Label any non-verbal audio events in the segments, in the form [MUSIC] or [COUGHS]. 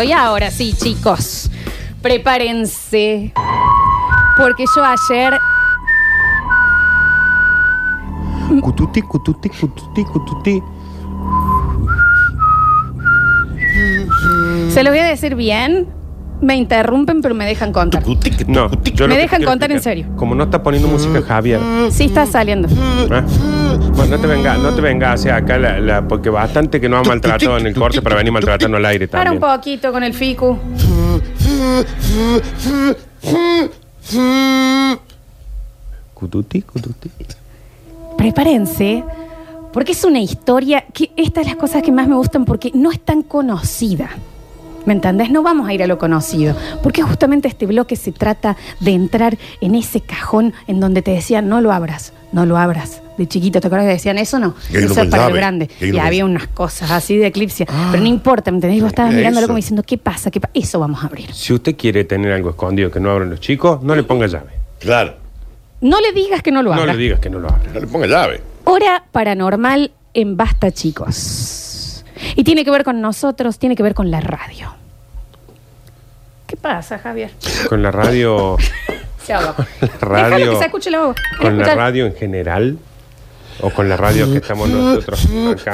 Y ahora sí, chicos, prepárense. Porque yo ayer. Cututi, cututi, cututi, cututi. Se los voy a decir bien. Me interrumpen, pero me dejan contar. No, yo Me lo que dejan quiero contar en explicar, serio. Como no está poniendo música Javier. Sí, está saliendo. ¿eh? Bueno, no te vengas, no te vengas hacia acá, la, la- porque bastante que nos ha maltratado en el corte para venir maltratando al aire Para un también. poquito con el Ficu. Cututi, cututi. Prepárense. Porque es una historia que estas es las cosas que más me gustan porque no es tan conocida. ¿Me entendés? No vamos a ir a lo conocido. Porque justamente este bloque se trata de entrar en ese cajón en donde te decían no lo abras, no lo abras. De chiquito, ¿te acuerdas que decían eso no? Que ahí eso no es para el pensaba, grande. que ahí Y no había unas cosas así de eclipse. Pero no importa, ¿me entendés? Vos estabas Eso. mirándolo como diciendo, ¿qué pasa? ¿Qué pa-? Eso vamos a abrir. Si usted quiere tener algo escondido que no abran los chicos, no le ponga llave. Claro, No le digas que no lo No abras. le digas que no lo abran. no le ponga llave. Hora paranormal en Basta, chicos. Y tiene que ver con nosotros, tiene que ver con la radio. ¿Qué pasa, Javier? Con la radio, [LAUGHS] Se ahoga. [LAUGHS] la Déjalo que radio, se escuche la voz. con la radio en general o con la radio que estamos nosotros acá.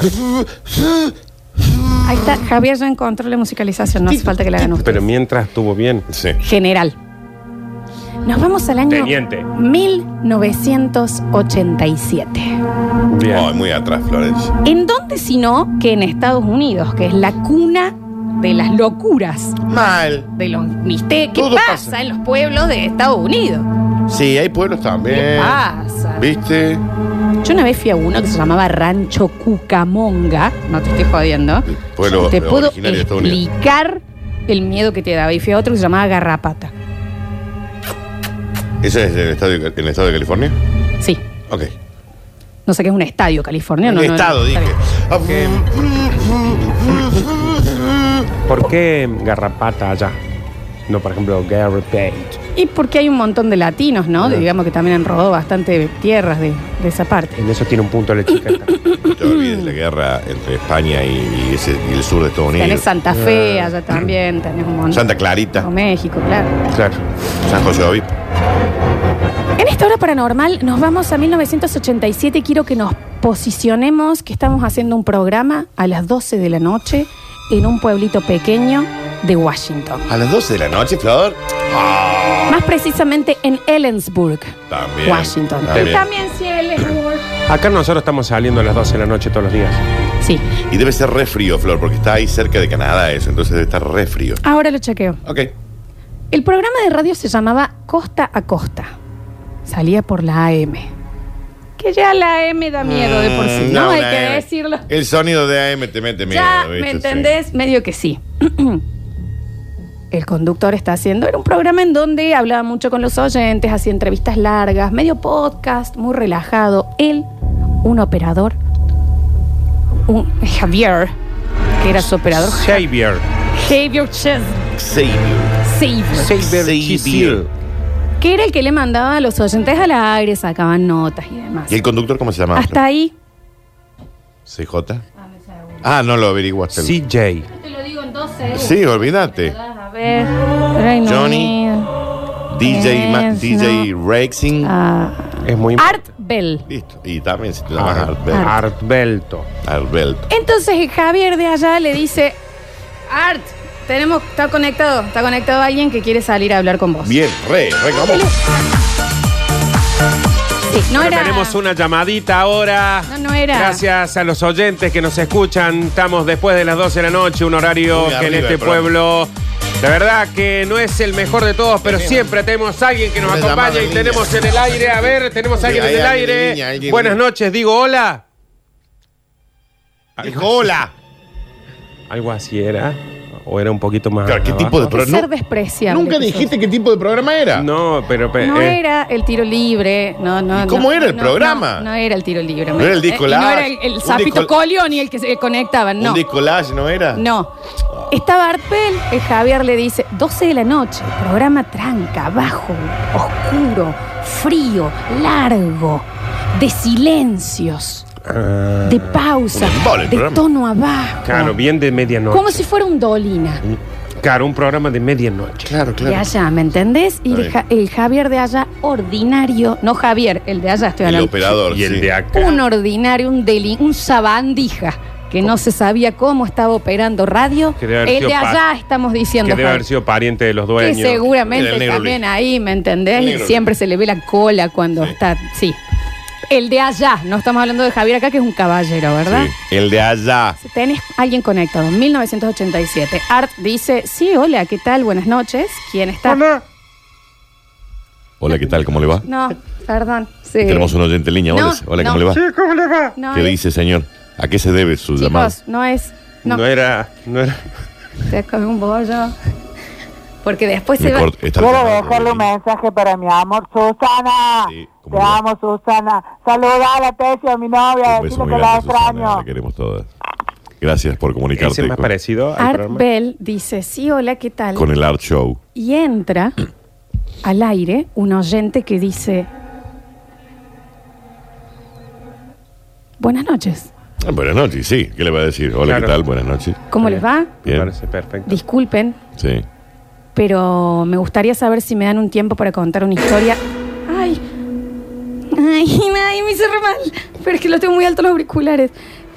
Ahí está, Javier ya encontró la musicalización, no hace falta que la hagan ustedes. Pero mientras estuvo bien. Sí. General. Nos vamos al año Teniente. 1987. Bien. Ay, muy atrás, Florencia. ¿En dónde si no que en Estados Unidos, que es la cuna de las locuras, Mal. de los misterios? ¿Qué Todo pasa, pasa. en los pueblos de Estados Unidos? Sí, hay pueblos también. ¿Qué pasa? ¿Viste? Yo una vez fui a uno que se llamaba Rancho Cucamonga, no te estoy jodiendo. Sí, pueblo eh, te puedo originario de Estados Unidos. explicar el miedo que te daba. Y fui a otro que se llamaba Garrapata. ¿Ese es el estadio, el estado de California? Sí, Ok. no sé qué es un estadio californiano. el no, no, estado, está dije. bien. Ah, ¿Por qué garrapata allá? No, por ejemplo, Gary Page. Y porque hay un montón de latinos, ¿no? De- digamos que también han robado bastante tierras de, de esa parte. En eso tiene un punto la chica. esta. No te olvides la guerra entre España y, y ese- y el sur de Estados Tenés Unidos. Eh. Santa Fe allá también, tenés un montón. Santa Clarita, O México, claro. [LAUGHS] claro. San José de Obispo. En esta hora paranormal nos vamos a 1987. Quiero que nos posicionemos, que estamos haciendo un programa a las 12 de la noche en un pueblito pequeño de Washington. A las 12 de la noche, Flor. Ah, Más precisamente en Ellensburg, también. Washington. También. También sí, Ellensburg. Acá nosotros estamos saliendo a las 12 de la noche todos los días. Sí, Y debe ser re frío, Flor, porque está ahí cerca de Canadá eso, entonces debe estar re frío. ahora lo chequeo. Ok. El programa de radio se llamaba Costa a Costa. Salía por la AM. Que ya la AM da miedo de por sí, ¿no? Hay Eh, una que AM. decirlo. El sonido de AM te mete miedo. ya, ¿viste? ¿me Sí. entendés? Medio que sí. [CLEARS THROAT] El conductor está haciendo. Era un programa en donde hablaba mucho con los oyentes, hacía entrevistas largas, medio podcast, muy relajado. Él, un operador, un [LAUGHS] Javier, que era su operador. Xavier. Javier Chess. Xavier. Xavier. Xavier Xavier. Chisil. Que era el que le mandaba a los oyentes al aire, sacaban notas y demás. ¿Y el conductor cómo se llama? Hasta ahí. ¿CJ? Ah, no lo averiguaste. CJ. Te lo digo en 12. Sí, olvídate. A ver. Reino Johnny. Unido. DJ, Ma- Es, DJ Rexing. Ah, Es muy Art Bell. Listo. Y también se te llamas Ah. importante. Alberto. Ar- Artbelto. Alberto. Entonces el Javier de allá le dice, Art, tenemos, está conectado, está conectado alguien que quiere salir a hablar con vos. Bien, re, re, vamos. Sí, no Pero era. Tenemos una llamadita ahora. No, no era. Gracias a los oyentes que nos escuchan. Estamos después de las 12 de la noche, un horario Muy que en arriba este el programa. pueblo. La verdad que no es el mejor de todos, pero Tenemos. siempre tenemos alguien que nos Una acompaña llamada y en línea. tenemos en el aire. A ver, tenemos Sí, alguien hay en el alguien en aire. línea, alguien- Buenas noches, digo hola. Dijo hola. Algo así era. O era un poquito más. Claro, ¿qué abajo? tipo de Qué pro- ser nu- despreciable. Nunca que sos. dijiste qué tipo de programa era. No, pero. pe- No eh, era el tiro libre, no, no. ¿Y cómo no, era el no, programa? No, no era el tiro libre. No era el disco Eh, y No Lash, era el, el un sapito disco- colio ni el que se conectaban, no. Un disco Lash, ¿no Ah. era? No. Estaba Arpel, el Javier le dice, 12 de la noche, programa tranca, bajo, oscuro, frío, largo, de silencios, Ah. de pausa, un embole el de programa. tono abajo. Claro, bien de medianoche. Como si fuera un dolina. Claro, un programa de medianoche. Claro, De claro. allá, ¿me entendés? Y Está el, Ja- el Javier de allá, ordinario. No Javier, el de allá estoy El hablando. operador. Y el sí. de acá. Un ordinario, un deli, un sabandija que no se sabía cómo estaba operando radio. Que debe haber El sido de pa- allá estamos que diciendo. debe haber Javi, sido pariente de los que dueños. seguramente Era el negro también Luis. ahí, ¿me El entendés? negro Siempre se le ve la cola cuando Sí. está. Sí. El de allá, no estamos hablando de Javier acá, que es un caballero, ¿verdad? Sí, El de allá. Tenés alguien conectado, 1987. Art dice, sí, hola, ¿qué tal? Buenas noches. ¿Quién está? Hola. Hola, ¿qué tal? ¿Cómo le va? No, perdón. Sí. Tenemos un oyente en línea. No, Hola, se- hola, ¿cómo no. le va? ¿cómo le va? No ¿Qué es- dice, señor? ¿A qué se debe su Chicos, llamada? no es. No, No. era. No era. te come un bollo. Porque después Me se va. corta- está Quiero llamando, dejarle un Rodrigo. mensaje para mi amor Susana. Sí, ¿cómo Te no? amo, Susana. Saluda a la Tessia, mi novia, Un beso decirle muy que la grande, Susana, extraño. la queremos todas. Gracias por comunicarte Ese es más con, parecido al Art programa. Bell dice, sí, hola, ¿qué tal? con el Art Show. Y entra al aire un oyente que dice. Buenas noches. Ah, buenas noches, sí. ¿Qué le va a decir? Hola, Claro. ¿qué tal? Buenas noches. ¿Cómo les va? Me Bien. parece perfecto. Disculpen, Sí. pero me gustaría saber si me dan un tiempo para contar una historia. Ay, ay, ay, me hice re mal. Pero es que lo tengo muy alto los auriculares.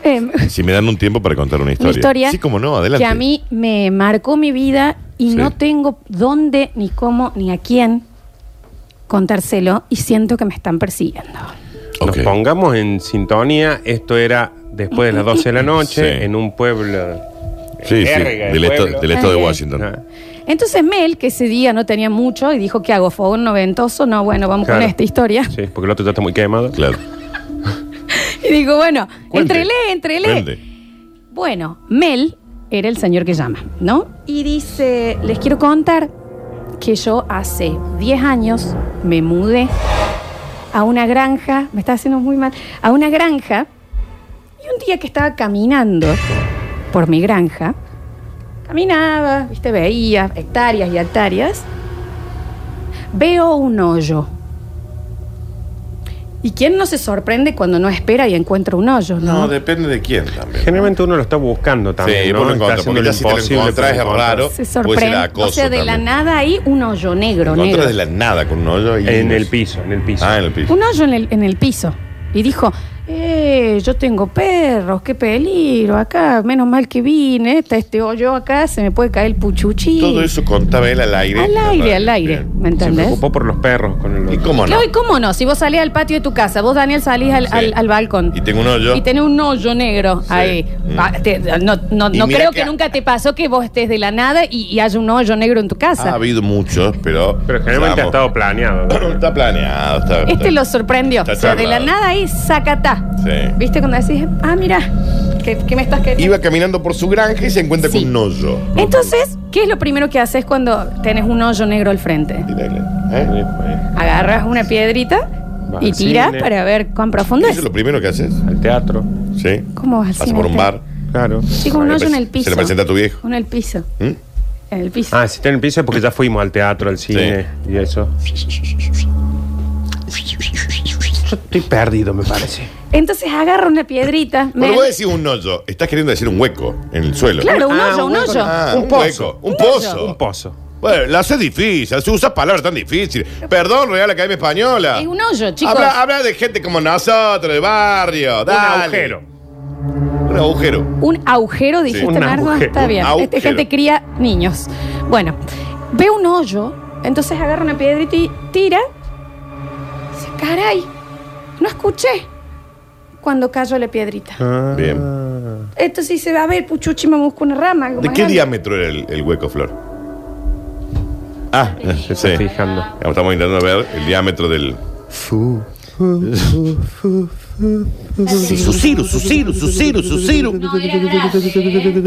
Em, Si me dan un tiempo para contar una historia. Una historia Sí, como no, adelante. que a mí me marcó mi vida y Sí. no tengo dónde, ni cómo, ni a quién contárselo y siento que me están persiguiendo. Ok. Nos pongamos en sintonía. Esto era después de las 12 de la noche Sí. en un pueblo. eh, Sí, sí. Verga, el Del, esto- pueblo. del estado de Ok. Washington. Ah. Entonces Mel, que ese día no tenía mucho y dijo, ¿qué hago? ¿Fogón noventoso? No, bueno, vamos Claro. con esta historia. [LAUGHS] Sí, porque el otro ya está muy quemado. Claro. Y digo, bueno, Cuente. entrele, entrele. Vende. Bueno, Mel era el señor que llama, ¿no? Y dice, les quiero contar que yo hace 10 años me mudé a una granja, me está haciendo muy mal, a una granja, y un día que estaba caminando por mi granja, caminaba, viste, veía hectáreas y hectáreas, veo un hoyo. ¿Y quién no se sorprende cuando no espera y encuentra un hoyo? No, No, depende de quién también. Generalmente uno lo está buscando también. Sí, ¿no? vos lo Está encontrás, haciendo porque lo ya si te lo imposible encontrás por es raro. Se Puede ser sorprende. acoso o sea, de la también. nada ahí un hoyo negro, negro. Encontrás de la nada con un hoyo y... En el piso, en el piso. Ah, en el piso. Un hoyo en el, en el piso. Y dijo, eh, yo tengo perros, qué peligro acá, menos mal que vine, está este hoyo acá, se me puede caer el puchuchí. Todo eso contaba él al aire. Al aire, al aire, Bien. ¿me Se entendés? preocupó por los perros con el ¿Y otro. cómo no? Claro, ¿y cómo no? Si vos salís al patio de tu casa, vos, Daniel, salís al, Sí. al- al balcón. Y tengo un hoyo. Y tenés un hoyo negro Sí. ahí. Mm. Ah, te- no no- Y no mira creo que- que nunca te pasó que vos estés de la nada y, y haya un hoyo negro en tu Ha casa. habido muchos, pero... Pero generalmente ha vamos. estado planeado. [COUGHS] ¿no? [CLEARS THROAT] Está planeado. Está, Este está- lo sorprendió. Está o sea, de la charlado. nada ahí, sacatá. Sí. ¿Viste cuando decís, ah, mira, ¿qué, qué me estás queriendo? Iba caminando por su granja y se encuentra Sí. con un hoyo. Entonces, ¿qué es lo primero que haces cuando tenés un hoyo negro al frente? Tirale, pues, ¿eh? Agarras una piedrita Vas y al tiras cine. para ver cuán profundo Eso es. es lo primero que haces. Al teatro, Sí. ¿Cómo vas al Vas cine? por un bar. claro. Chico, un Se le hoyo en pre- el piso. se le presenta a tu viejo. En el piso. ¿Mm? En el piso. Ah, si está en el piso es porque ya fuimos al teatro, al cine y eso. Yo estoy perdido, me parece. Entonces agarra una piedrita. Cuando Mel. vos decís un hoyo, estás queriendo decir un hueco en el suelo. Claro, un Ah, hoyo, un bueno, hoyo. Ah, Un un, pozo. hueco. Un pozo. Un pozo. Bueno, la hace difícil, se usa palabras tan difíciles. Perdón, Real Academia Española. Es un hoyo, chicos. Habla, habla de gente como nosotros, de barrio. Dale. Un agujero. Un agujero. Un agujero, dijiste, un Nardo. agujero, Está un bien. Esta agujero. gente cría niños. Bueno, ve un hoyo, entonces agarra una piedrita y tira. Dice, caray, no escuché cuando cayó la piedrita. Ah. Bien. Entonces dice, a ver, puchuchi, me busco una rama. algo ¿De más qué grande. diámetro era el, el hueco, Flor? Ah, Se está [LAUGHS] sí. fijando. Ahora Estamos intentando ver el diámetro del. Sí, susiru, susiru, susiru, susiru.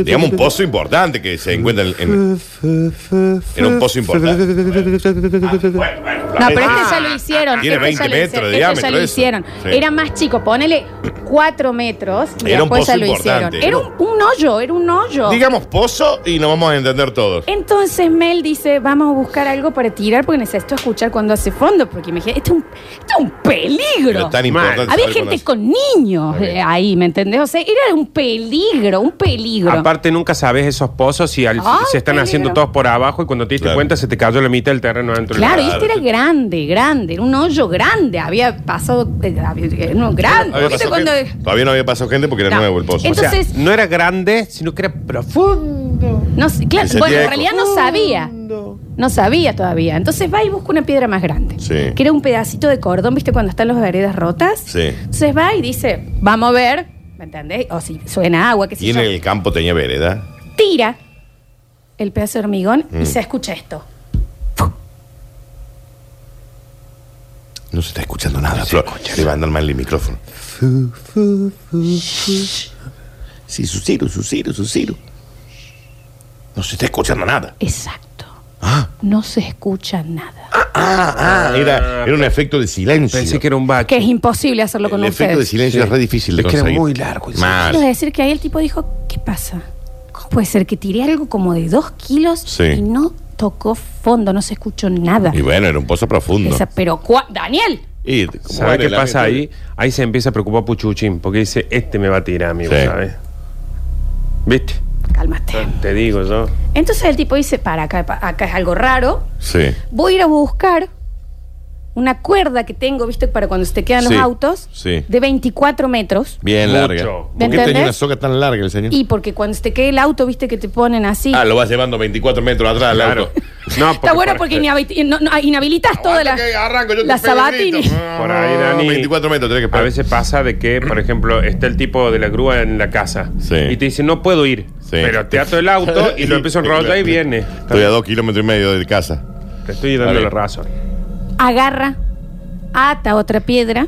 Digamos un pozo importante que se encuentra en. en- Era un pozo importante. Ah, bueno, bueno, No, pero este ya lo hicieron. Tiene este ya 20 lo metros de hicieron, este ya diámetro lo eso. hicieron. Sí. Era más chico, [CLEARS THROAT] ponele 4 metros y Era un después pozo ya lo hicieron. importante, Era un, un hoyo, era un hoyo. Digamos pozo y nos vamos a entender todos. Entonces Mel dice, vamos a buscar algo para tirar porque necesito escuchar cuando hace fondo, porque imagínate, esto es un, esto es un peligro. Pero tan Mal. importante. Había saber gente conocer. con niños Está bien. eh, ahí, ¿me entendés? O sea, era un peligro, un peligro. Aparte, nunca sabes esos pozos y al- Ay, se están peligro. haciendo todos por abajo y cuando te diste Claro. cuenta se te cayó la mitad del terreno dentro claro, y del este era grande, grande, era un hoyo grande, había pasado, eh, había- era uno grande. Había ¿Viste pasado cuando- gente- Todavía no había pasado gente porque era No. nuevo el pozo. O sea, Entonces- no era grande, sino que era profundo. No sé, claro, Ese bueno, en Diego. realidad no sabía. No sabía todavía. Entonces va y busca una piedra más grande. Sí. Que era un pedacito de cordón, ¿viste? Cuando están las veredas rotas. Sí. Entonces va y dice, vamos a ver, ¿me entendés? O si suena agua, qué sé y en yo. el campo tenía vereda. Tira el pedazo de hormigón Mm. y se escucha esto. No se está escuchando nada, Flor. Le va a andar mal el micrófono. Sí, suspiro, suspiro, suspiro. No se está escuchando nada. Exacto. Ah. No se escucha nada. Ah, ah, era, era un efecto de silencio. Pensé que era un bache. Que es imposible hacerlo con el efecto de ustedes. silencio Sí. es re difícil de Es que era conseguir. muy largo el Quiero Mal. decir que ahí el tipo dijo, ¿qué pasa? ¿Cómo puede ser que tiré algo como de dos kilos Sí. y no tocó fondo, no se escuchó nada? Y bueno, era un pozo profundo. Esa- pero, ¿cuá- Daniel, Y, como ¿Sabes era qué la pasa gente- ahí? Ahí se empieza a preocupar Puchuchín, porque dice, este me va a tirar, amigo, Sí. ¿sabes? ¿Viste? cálmate. Te digo yo. Entonces el tipo dice, para acá, pa- acá es algo raro, Sí. voy a ir a buscar una cuerda que tengo, viste, para cuando se te quedan Sí, los autos, sí. de 24 metros. Bien Mucho. larga. ¿Me ¿Por qué tenía entendés? una soga tan larga el señor? Y porque cuando se te quede el auto, viste que te ponen así. Ah, lo vas llevando 24 metros atrás al Claro. auto. No, Está bueno porque inhabi- no- no, inhabilitas toda la, Aguanta que arranco, yo te la pego el grito. sabatini. Por ahí, Dani. 24 metros, tenés que A esperar. veces pasa de que, por ejemplo, está el tipo de la grúa en la casa Sí. y te dice, no puedo ir, Sí. pero te ato [LAUGHS] el auto y lo empiezo a enrollar y viene. Estoy a dos kilómetros y medio de casa. Te estoy dando Dale. la razón. Agarra, ata otra piedra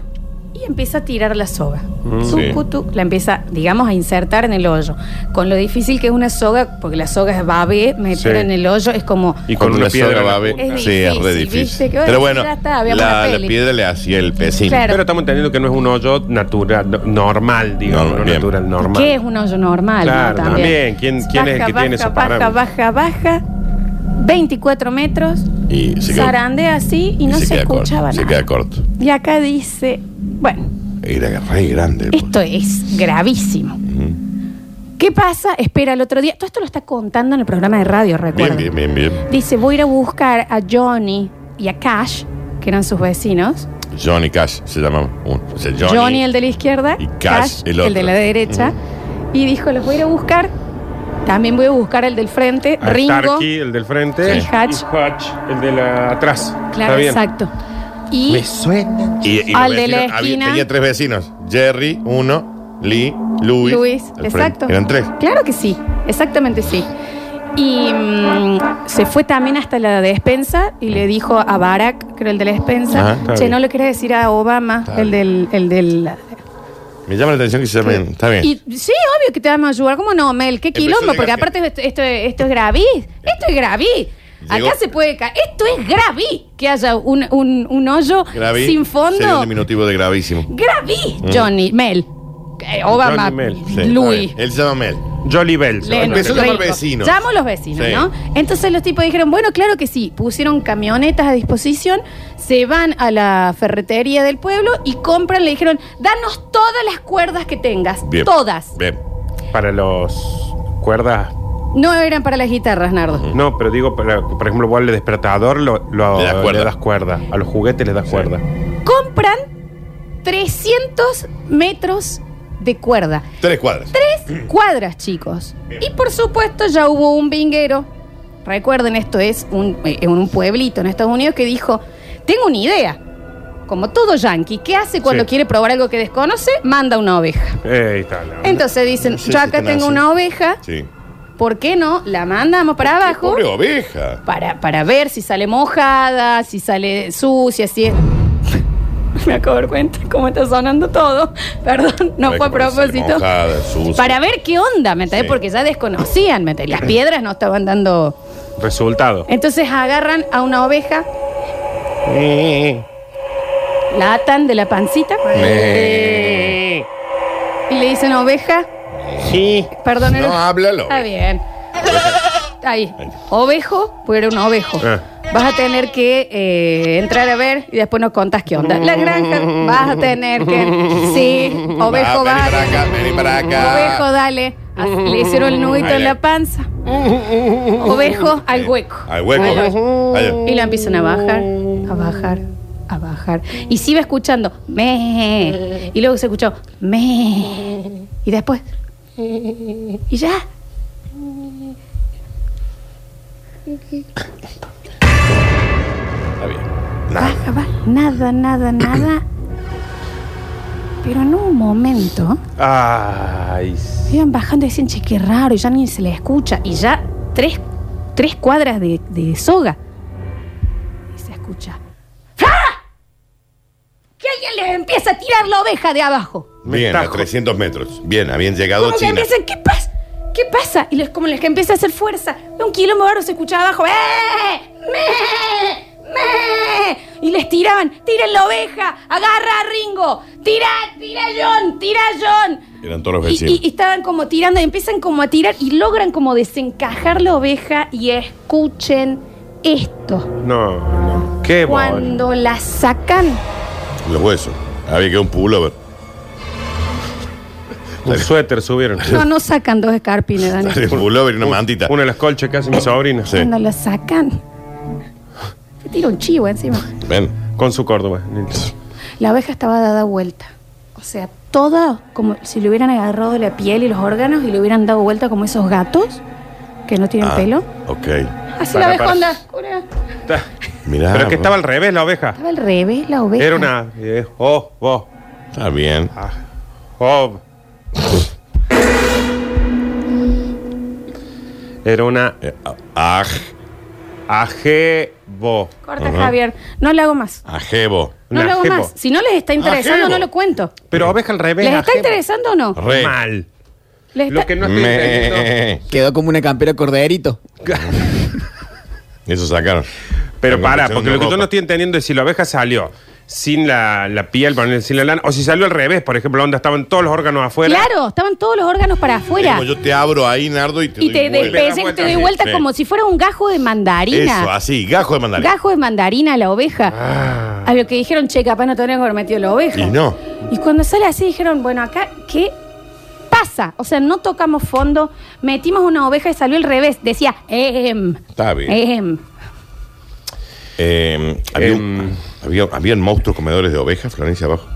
y empieza a tirar la soga. Mm, Su Sí. cutu, la empieza, digamos, a insertar en el hoyo. Con lo difícil que es una soga, porque la soga es babe, meter Sí. en el hoyo es como... Y con, una, piedra soga en la babe. punta. Es Sí, es re difícil, ¿viste? difícil. Que vos Pero decís, bueno, ya está, veamos la la, la peli. piedra le hacía el pecín. Claro. Pero estamos entendiendo que no es un hoyo natural, no- normal, digamos, Normal, no bien. natural, normal. ¿Qué es un hoyo normal? no? Claro, también. también. ¿Quién- quién es el que baja, tiene baja, esos parámetros? baja, baja, 24 metros, Y se quedó- zarandea así y no se, queda corto, escuchaba Se nada. queda corto. Y acá dice, bueno, Era re grande. el esto es gravísimo. ¿Qué pasa? Espera el otro día. Todo esto lo está contando en el programa de radio, pozo. Bien, recuerdo. bien, bien, bien. Dice, voy a ir a buscar a Johnny y a Cash, que eran sus vecinos. Johnny Cash se llamaba. uno. O sea, Johnny, Johnny, el de la izquierda, y Cash, el otro. de la derecha. Y dijo, los voy a ir a buscar. También voy a buscar el del frente, A Ringo. Starkey, el del frente. Sí. Y Hutch. el de la atrás. Claro, Está bien. exacto. Y Me suena. y, y los Al de la vecinos- había- esquina. tenía tres vecinos. Jerry, uno. Lee, Louis. Luis, al frente. exacto. Eran tres. Claro que sí, exactamente sí. Y mm, se fue también hasta la despensa y le dijo a Barack, creo el de la despensa, Ajá, está che, bien. no le querés decir a Obama, Está el del, el del... Me llama la atención que se llamen. Está bien. Y sí, obvio que te vamos a ayudar. ¿Cómo no, Mel? ¿Qué Empezó quilombo? a llegar Porque gente. aparte esto, esto, esto es graví. Esto es graví. Llegó- Acá se puede caer. Esto es graví. Que haya un, un- un hoyo Gravi- sin Sería un fondo. diminutivo de gravísimo. Graví, Mm. Johnny, Mel. eh, Obama, Johnny Mel, Sí, Louis. está bien. Él se llama Mel. Jolly Bell. Lento, se llama. Empezó a llamar rico. vecinos. Llamo a los vecinos, Sí. ¿no? Entonces los tipos dijeron, bueno, claro que sí. Pusieron camionetas a disposición, se van a la ferretería del pueblo y compran, le dijeron, danos todas las cuerdas que tengas. Bien. Todas. Bien. Para los cuerdas. No eran para las guitarras, Nardo. No, pero digo, para- por ejemplo, vos al despertador lo, lo- Mm. Le das cuerda. das cuerda. A los juguetes le das cuerda. Compran 300 metros de cuerda. Tres cuadras. Tres cuadras, chicos. Y por supuesto ya hubo un vinguero. Recuerden, esto es un, eh, en un pueblito en Estados Unidos que dijo, tengo una idea. Como todo yankee, ¿qué hace cuando Sí. quiere probar algo que desconoce? Manda una oveja. Eh, Ahí está. la- Entonces dicen, No sé yo si acá están tengo así. una oveja, Sí. ¿por qué no? La mandamos para abajo Pobre oveja. para, para ver si sale mojada, si sale sucia, si es... [LAUGHS] Me acabo de dar cuenta cómo está sonando todo. [LAUGHS] Perdón, no Oveja fue a parece propósito. mojada, sucia. Para ver qué onda, ¿me entendés? Sí. Porque ya desconocían, ¿me entendés? Las piedras no estaban dando. Resultado. Entonces agarran a una oveja, Eh, La atan de la pancita Me- eh, y le dicen oveja. Sí. Perdón, No ah, era- habla la Está oveja. bien. Ahí. Ovejo, pues era un ovejo. Ah. Vas a tener que eh, entrar a ver y después nos contás qué onda. La granja, vas a tener que. Sí, ovejo, va. Va, vení para acá, vení para acá. Ovejo, dale. Así, Le hicieron el nudito Ahí en la- la [LAUGHS] panza. Ovejo al hueco. Al hueco. va. Allá. Y la empiezan a bajar, a bajar, a bajar. Y si va escuchando, me. Y luego se escuchó, me. Y después, y ya. Está bien. Baja, baja. Nada, nada, nada. Pero en un momento, Ay. iban bajando y decían, che, qué raro, y ya ni se le escucha. Y ya tres, tres cuadras de, de soga. Y se escucha. ¡Ah! Que alguien les empieza a tirar la oveja de abajo. Me Bien, a tajo. 300 metros. Bien, habían llegado Como que Oh, China. empiezan, ¿qué pasa? ¿Qué pasa? Y les, como les que empieza a hacer fuerza. Un kilómetro ahora se escuchaba abajo. ¡Eh! ¡Me! ¡Me! Y les tiraban, tiren la oveja, agarra a Ringo, tira, tira a John, tira a John. Eran todos los Y, vecinos. y- y estaban como tirando, y empiezan como a tirar y logran como desencajar la oveja y escuchen esto. No, no. Qué bueno. Cuando la sacan, Los huesos. Había que un pullover. Un suéter subieron. no, no sacan dos escarpines, Dani. [LAUGHS] Un pullover y una mantita. Una de las colchas que hace mi sobrina. Sí. Cuando la sacan, se tira un chivo encima. Ven. Con su Córdoba. La oveja estaba dada vuelta. O sea, toda como si le hubieran agarrado la piel y los órganos y le hubieran dado vuelta como esos gatos que no tienen Ah, pelo. Ok. Así la Para, oveja para. onda. una- Está- Mirá. pues. Pero que Ah, bueno. estaba al revés la oveja. Estaba al revés la oveja. Era una. eh, oh, oh, Está bien. ah, oh. Era una Eh, aj, ajebo. Corta, Javier. No le hago más. ajebo. No Una lo hago jebo. más. Si no les está interesando, Ajebo. no lo cuento. Pero oveja al revés. ¿Les está ajebo. interesando o no? Re. Mal. Les Lo está- que no estoy entendiendo. Me. eh, Quedó como una campera corderito. [LAUGHS] Eso sacaron. Pero La pará, confección porque de lo que yo ropa. no estoy entendiendo es si la oveja salió sin la, la piel, ponerle sin la lana, o si salió al revés, por ejemplo, donde estaban todos los órganos afuera. Claro, estaban todos los órganos para afuera. Tengo, yo te abro ahí, Nardo, y te Y te doy vuelta. despedí, te doy vuelta Sí. como si fuera un gajo de mandarina. Eso, así, gajo de mandarina. Gajo de mandarina a la oveja. Ah. A lo que dijeron, che, capaz no tenés que haber metido la oveja. Y no. Y cuando sale así dijeron, bueno, acá, ¿qué pasa? O sea, no tocamos fondo, metimos una oveja y salió al revés. Decía, ehem. Está bien. Ehem. Eh, había, un- Em. había- habían monstruos comedores de ovejas, Florencia, abajo.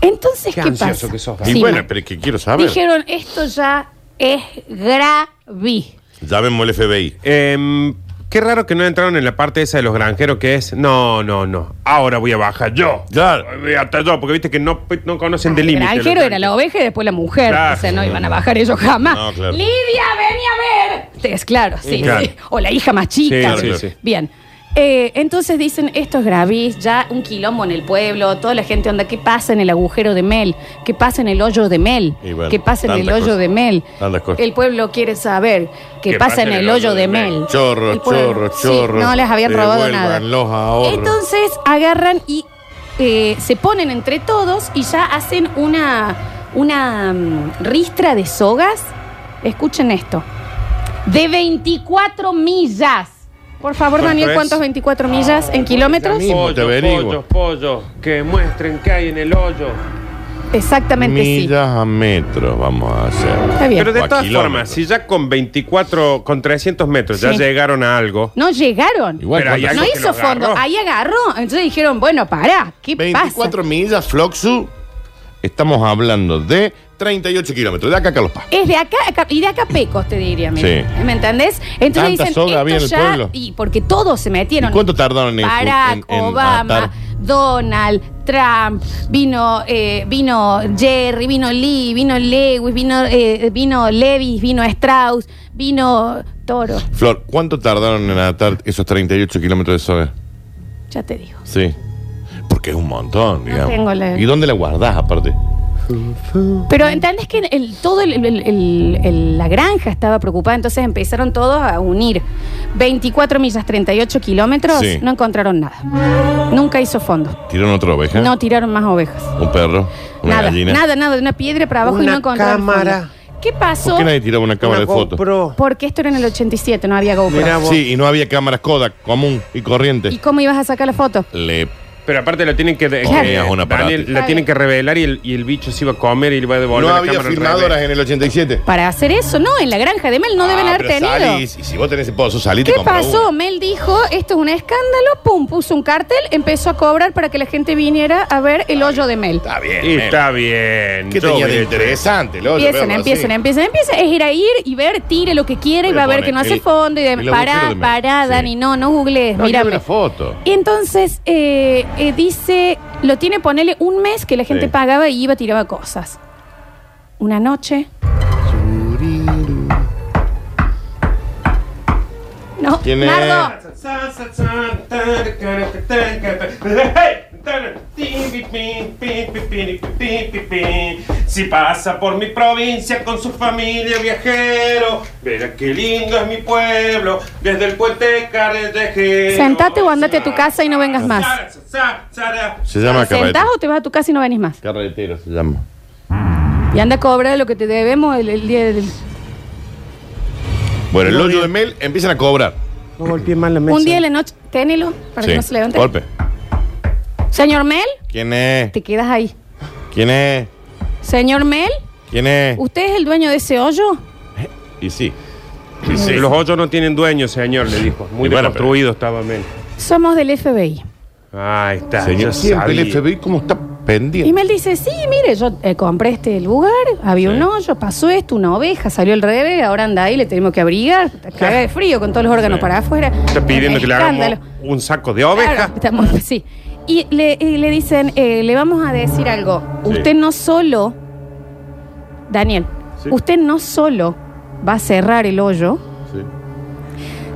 Entonces, Qué ¿qué, ansioso pasa? que sos, Y Sí, bueno, ma- pero es que quiero saber. dijeron, esto ya es grave. Llámenme al FBI. Em, qué raro que no entraron en la parte esa de los granjeros que es, no, no, no, ahora voy a bajar yo. Claro. Voy hasta yo, porque viste que no, no conocen Ah, de El límite. granjero los era la oveja y después la mujer. Claro. O sea, no iban a bajar ellos jamás. No, claro. Lidia, ven a ver. Es claro, sí, Claro. sí. O la hija más Sí, chica. sí, Claro. sí. Bien. Eh, entonces dicen, esto es gravis, ya un quilombo en el pueblo, toda la gente onda, ¿qué pasa en el agujero de Mel? ¿Qué pasa en el hoyo de Mel? Y bueno, ¿Qué pasa en el tantas hoyo cosas. de Mel? Tantas cosas. El pueblo quiere saber qué, pasa en el hoyo de Mel. Chorro, El pueblo- chorro, Sí, chorro. No les habían robado nada. Devuelvan los ahorros. Entonces agarran y eh, se ponen entre todos y ya hacen una, una mm, ristra de sogas. Escuchen esto. De 24 millas. Por favor, ¿Cuánto Daniel, es? ¿cuántos 24 millas en kilómetros? Daniel. Pollos, Te averiguo. pollos, pollos, que muestren que hay en el hoyo. Exactamente sí. Millas a metros vamos a hacer. Está bien. Pero O de a todas kilómetros. formas, si ya con 24, con 300 metros ya Sí. llegaron a algo, No llegaron. Igual Pero ¿cuántas? hay No algo que lo hizo fondo. agarró. Ahí agarró. Entonces dijeron, bueno, pará. ¿Qué 24 pasa? millas, Floxu. Estamos hablando de 38 kilómetros. De acá a Carlos Paz. Es de acá, acá- y de acá a Pecos, te diría. mira. Sí. ¿Me entendés? Entonces Tanta dicen, soga había en esto el ya... pueblo. Y porque todos se ¿Y metieron. cuánto tardaron en, Barack en- en Obama, atar? Donald Trump, vino, eh, vino Jerry, vino Lee, vino Lewis, vino, eh, vino Levis, vino Strauss, vino Toro. Flor, ¿cuánto tardaron en atar esos 38 kilómetros de soga? Ya te digo. Sí. Porque es un montón, digamos. tengo la- ¿Y dónde la guardás aparte? Pero entendés que el, todo el- el- el- el- la granja estaba preocupada, entonces empezaron todos a unir 24 millas, 38 kilómetros, Sí. no encontraron nada. Nunca hizo fondo. ¿Tiraron otra oveja? No tiraron más ovejas. ¿Un perro? Ah. ¿Una nada, gallina? nada, nada, de una piedra para abajo y Una no encontraron cámara. fondo. ¿Qué ¿Por pasó? qué nadie tiraba una cámara Una de fotos? GoPro. Porque esto era en el 87, no había GoPro. Mirá vos. Sí, y no había cámaras Kodak común y corriente. ¿Y cómo ibas a sacar la foto? Le Pero aparte lo tienen que. de- Claro. eh, Es un aparato. Daniel, la tienen que revelar y el, y el bicho se iba a comer y le iba a devolver. no la había cámara al filmadoras revés. en el 87. Para hacer eso, no, en la granja de Mel no deben Ah, haber pero tenido. salís, y si vos tenés esposo, salí y te ¿Qué compras pasó? uno. Mel dijo, esto es un escándalo, pum, puso un cartel, empezó a cobrar para que la gente viniera a ver el hoyo de Mel. Está bien. Y men. está bien. ¿Qué yo tenía voy de a- interesante? Lo, yo Empiecen, verlo empiecen, así. empiecen, empiecen. Es ir a ir y ver, tire lo que quiera y Voy a va a ver poner que no hace el- fondo y de, el agujero pará, de Mel. pará, Sí. Dani, no, no googlees, No, quiero ver mírame. la foto. Y entonces eh, eh, dice, lo tiene, ponele un mes que la gente Sí. pagaba y iba, tiraba cosas. Una noche. No, ¿Quién es? Nardo. Si pasa por mi provincia con su familia viajero, verá qué lindo es mi pueblo, desde el puente Carretejero. Sentate o andate a tu casa y no vengas más. Se llama ¿Sentás carretero. o te vas a tu casa y no venís más? Carretero se llama. Y anda a cobrar lo que te debemos el, el día del... Bueno, el hoyo de Mel empiezan a cobrar. No golpeé mal la mesa. Un día de la noche, ténelo para que Sí. no se levante. Golpe. Señor Mel, ¿Quién es? te quedas ahí. ¿Quién es? Señor Mel, ¿Quién es? ¿usted es el dueño de ese hoyo? Y sí. Sí, sí. Los hoyos no tienen dueño, señor, le dijo. Muy Y bueno, deconstruido estaba Mel. Somos del FBI. Ahí está. yo Señor, siempre el FBI sabía. como está pendiente. Y Mel dice, sí, mire, yo eh, compré este lugar, había Sí. un hoyo, pasó esto, una oveja, salió al revés, ahora anda ahí, le tenemos que abrigar, caga de frío con todos los órganos Sí. para afuera. Está pidiendo que le hagamos Escándalo. un saco de ovejas. Claro, estamos- [LAUGHS] sí. Y le, y le dicen, eh, le vamos a decir algo. Usted no solo, Daniel, Sí. usted no solo va a cerrar el hoyo, Sí.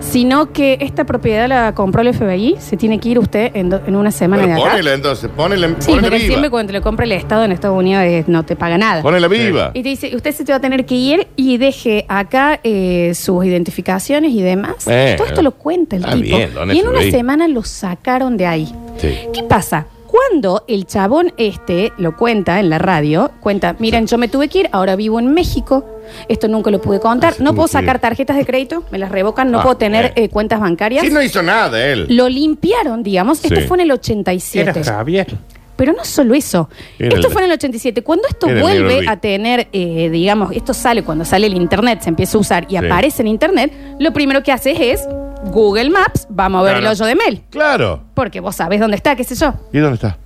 sino que esta propiedad la compró el FBI, se tiene que ir usted en, do- en una semana Bueno, de acá. ponela entonces, ponela, Sí, ponela pero siempre viva. cuando le compra el Estado en Estados Unidos eh, no te paga nada. Ponela viva. Y te dice, usted se te va a tener que ir y deje acá eh, sus identificaciones y demás. Eh, Todo esto lo cuenta el está tipo. bien, don y en una FBI. semana lo sacaron de ahí. Sí. ¿Qué pasa? Cuando el chabón este lo cuenta en la radio, cuenta, miren, yo me tuve que ir, ahora vivo en México, esto nunca lo pude contar, Así no como puedo Ah, que- sacar tarjetas de crédito, me las revocan, no Ah, puedo tener bien. eh, cuentas bancarias. Sí, no hizo nada él. Lo limpiaron, digamos, esto Sí. fue en el Era 87. Javier. Pero no solo eso. Era esto el- fue en el 87. Cuando esto Era el negro vuelve Luis. a tener, eh, digamos, esto sale cuando sale el Internet, se empieza a usar Sí. y aparece en Internet, lo primero que haces es Google Maps, vamos a ver Claro. el hoyo de Mel. Claro. Porque vos sabés dónde está, qué sé yo. ¿Y dónde está?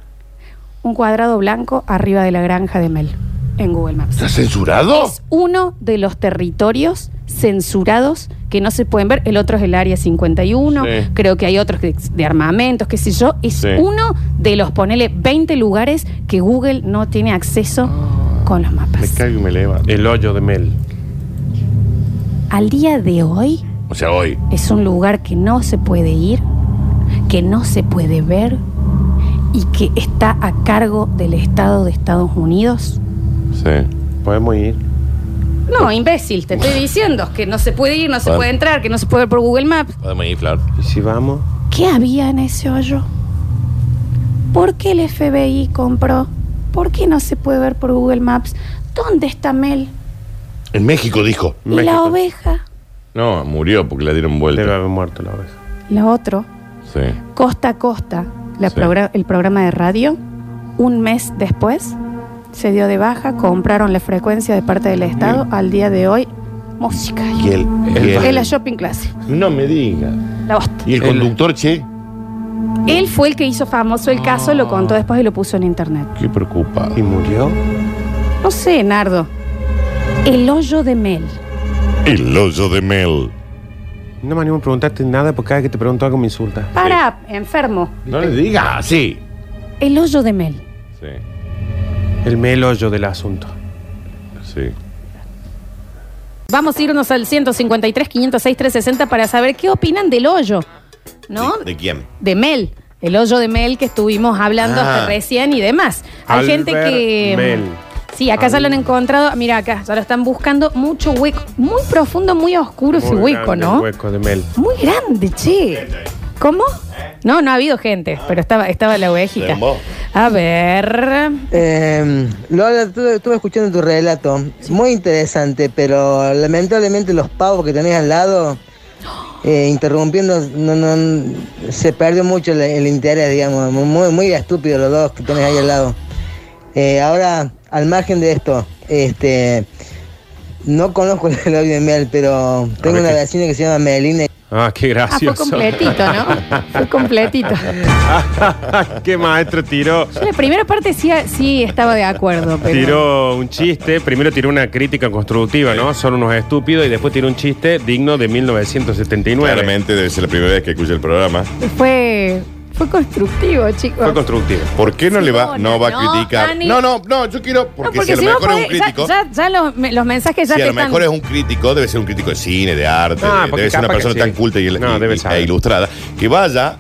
Un cuadrado blanco arriba de la granja de Mel en Google Maps. ¿Está censurado? Es uno de los territorios censurados que no se pueden ver. El otro es el área 51. Sí. Creo que hay otros que- de armamentos, qué sé yo. Es Sí. uno de los, ponele, 20 lugares que Google no tiene acceso con los Ah, Me mapas. caigo y me levanto. El hoyo de Mel. Al día de hoy O sea, hoy. es un lugar que no se puede ir, que no se puede ver y que está a cargo del Estado de Estados Unidos. Sí. Podemos ir. No, imbécil, te estoy diciendo que no se puede ir, no se Bueno. puede entrar, que no se puede ver por Google Maps. Podemos ir, Flor. ¿Y si vamos? ¿Qué había en ese hoyo? ¿Por qué el FBI compró? ¿Por qué no se puede ver por Google Maps? ¿Dónde está Mel? En México dijo. ¿Y la México. oveja? No, murió porque la dieron Debe vuelta. haber muerto la oveja. Lo otro, Sí. costa a costa, la Sí. progra- el programa de radio, un mes después, se dio de baja, compraron la frecuencia de parte del Estado, al día de hoy, música. Y el. y el- Es la shopping clase, No me diga. la bosta. ¿Y el conductor, che? Él fue el que hizo famoso el caso, lo contó después y lo puso en internet. Qué preocupado. ¿Y murió? No sé, Nardo. El hoyo de Mel. El hoyo de Mel. No me animo a preguntarte nada porque cada vez que te pregunto algo me insulta. Para, enfermo. No le diga ah, así. El hoyo de Mel. Sí, El Mel hoyo del asunto. sí. Vamos a irnos al 153, 506, 360 para saber qué opinan del hoyo, ¿no? ¿De quién? De Mel. El hoyo de Mel que estuvimos hablando Ah. hasta recién y demás. Hay Albert gente que. mm, Mel. Sí, acá ya lo han encontrado. Mira acá, ya lo están buscando. Mucho hueco. Muy profundo, muy oscuro ese Muy hueco, grande ¿no? El hueco de Mel. Muy grande, che. ¿Cómo? ¿Eh? No, no ha habido gente, pero estaba, estaba la ovejita. Dembo. A ver. Eh, Lola, tú- estuve escuchando tu relato. Muy interesante, pero lamentablemente los pavos que tenés al lado, eh, interrumpiendo, no, no, se perdió mucho el, el interés, digamos. Muy, muy estúpido los dos que tenés ahí al lado. Eh, ahora, al margen de esto, este, no conozco [LAUGHS] el lobby de Mel, pero tengo ver una qué- vecina que se llama Melina. Ah, qué Ah, fue gracioso. completito, [LAUGHS] ¿no? Fue completito. qué maestro tiró. Yo la primera parte sí, sí estaba de acuerdo, pero. Tiró un chiste, primero tiró una crítica constructiva, ¿no? Son unos estúpidos y después tiró un chiste digno de 1979. Claramente debe ser la primera vez que escucha el programa. Fue, fue constructivo, chicos. Fue constructivo. ¿Por qué no Sí, le no, va? No va no, a criticar. Dani. No, no, no, yo quiero. No, Porque, si a lo vos mejor es podés- un ya- crítico. Ya, ya los, me- los mensajes ya si a te lo mejor es están. un crítico, debe ser un crítico de cine, de arte, Ah, de- porque debe ser una capaz que persona sí. tan culta y, No, y- debe y- saber. e ilustrada que vaya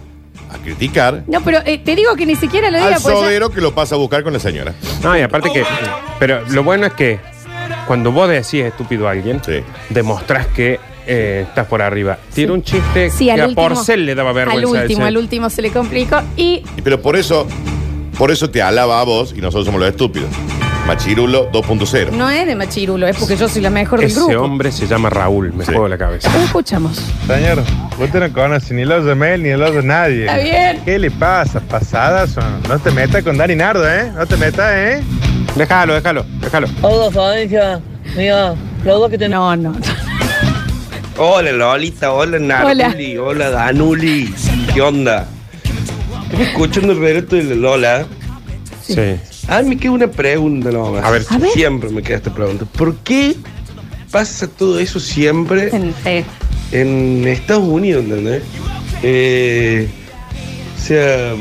a criticar No, pero eh, te digo que ni siquiera lo diga al porque pues ya- sodero que lo pasa a buscar con la señora. No, y aparte que. Pero lo bueno es que cuando vos decís estúpido a alguien, Sí. demostrás que eh, estás por arriba. Tiró un chiste Sí, al que último. a Porcel le daba vergüenza. Al último, ese. al último se le complicó. Y Y- Pero por eso, por eso te alaba a vos y nosotros somos los estúpidos. Machirulo 2.0. no es de machirulo, es porque yo soy la mejor del Ese grupo. hombre se llama Raúl, me Sí. juego la cabeza. Lo escuchamos. Señor, usted no conoce ni los de Mel ni los de nadie. Está bien. ¿Qué le pasa? Pasadas son. No te metas con Dani Nardo, ¿eh? No te metas, ¿eh? Déjalo, déjalo, déjalo. Hola, Florencia. Mira, los dos que tenemos. No, no. [LAUGHS] Hola Lolita, hola Naruli, hola, Danuli, ¿qué onda? Estoy escuchando el relato de la Lola. Sí. A mí me queda una pregunta nomás. A ver. A ver. Siempre me queda esta pregunta. ¿Por qué pasa todo eso siempre Eh, en Estados Unidos, ¿entendés? Eh, o sea,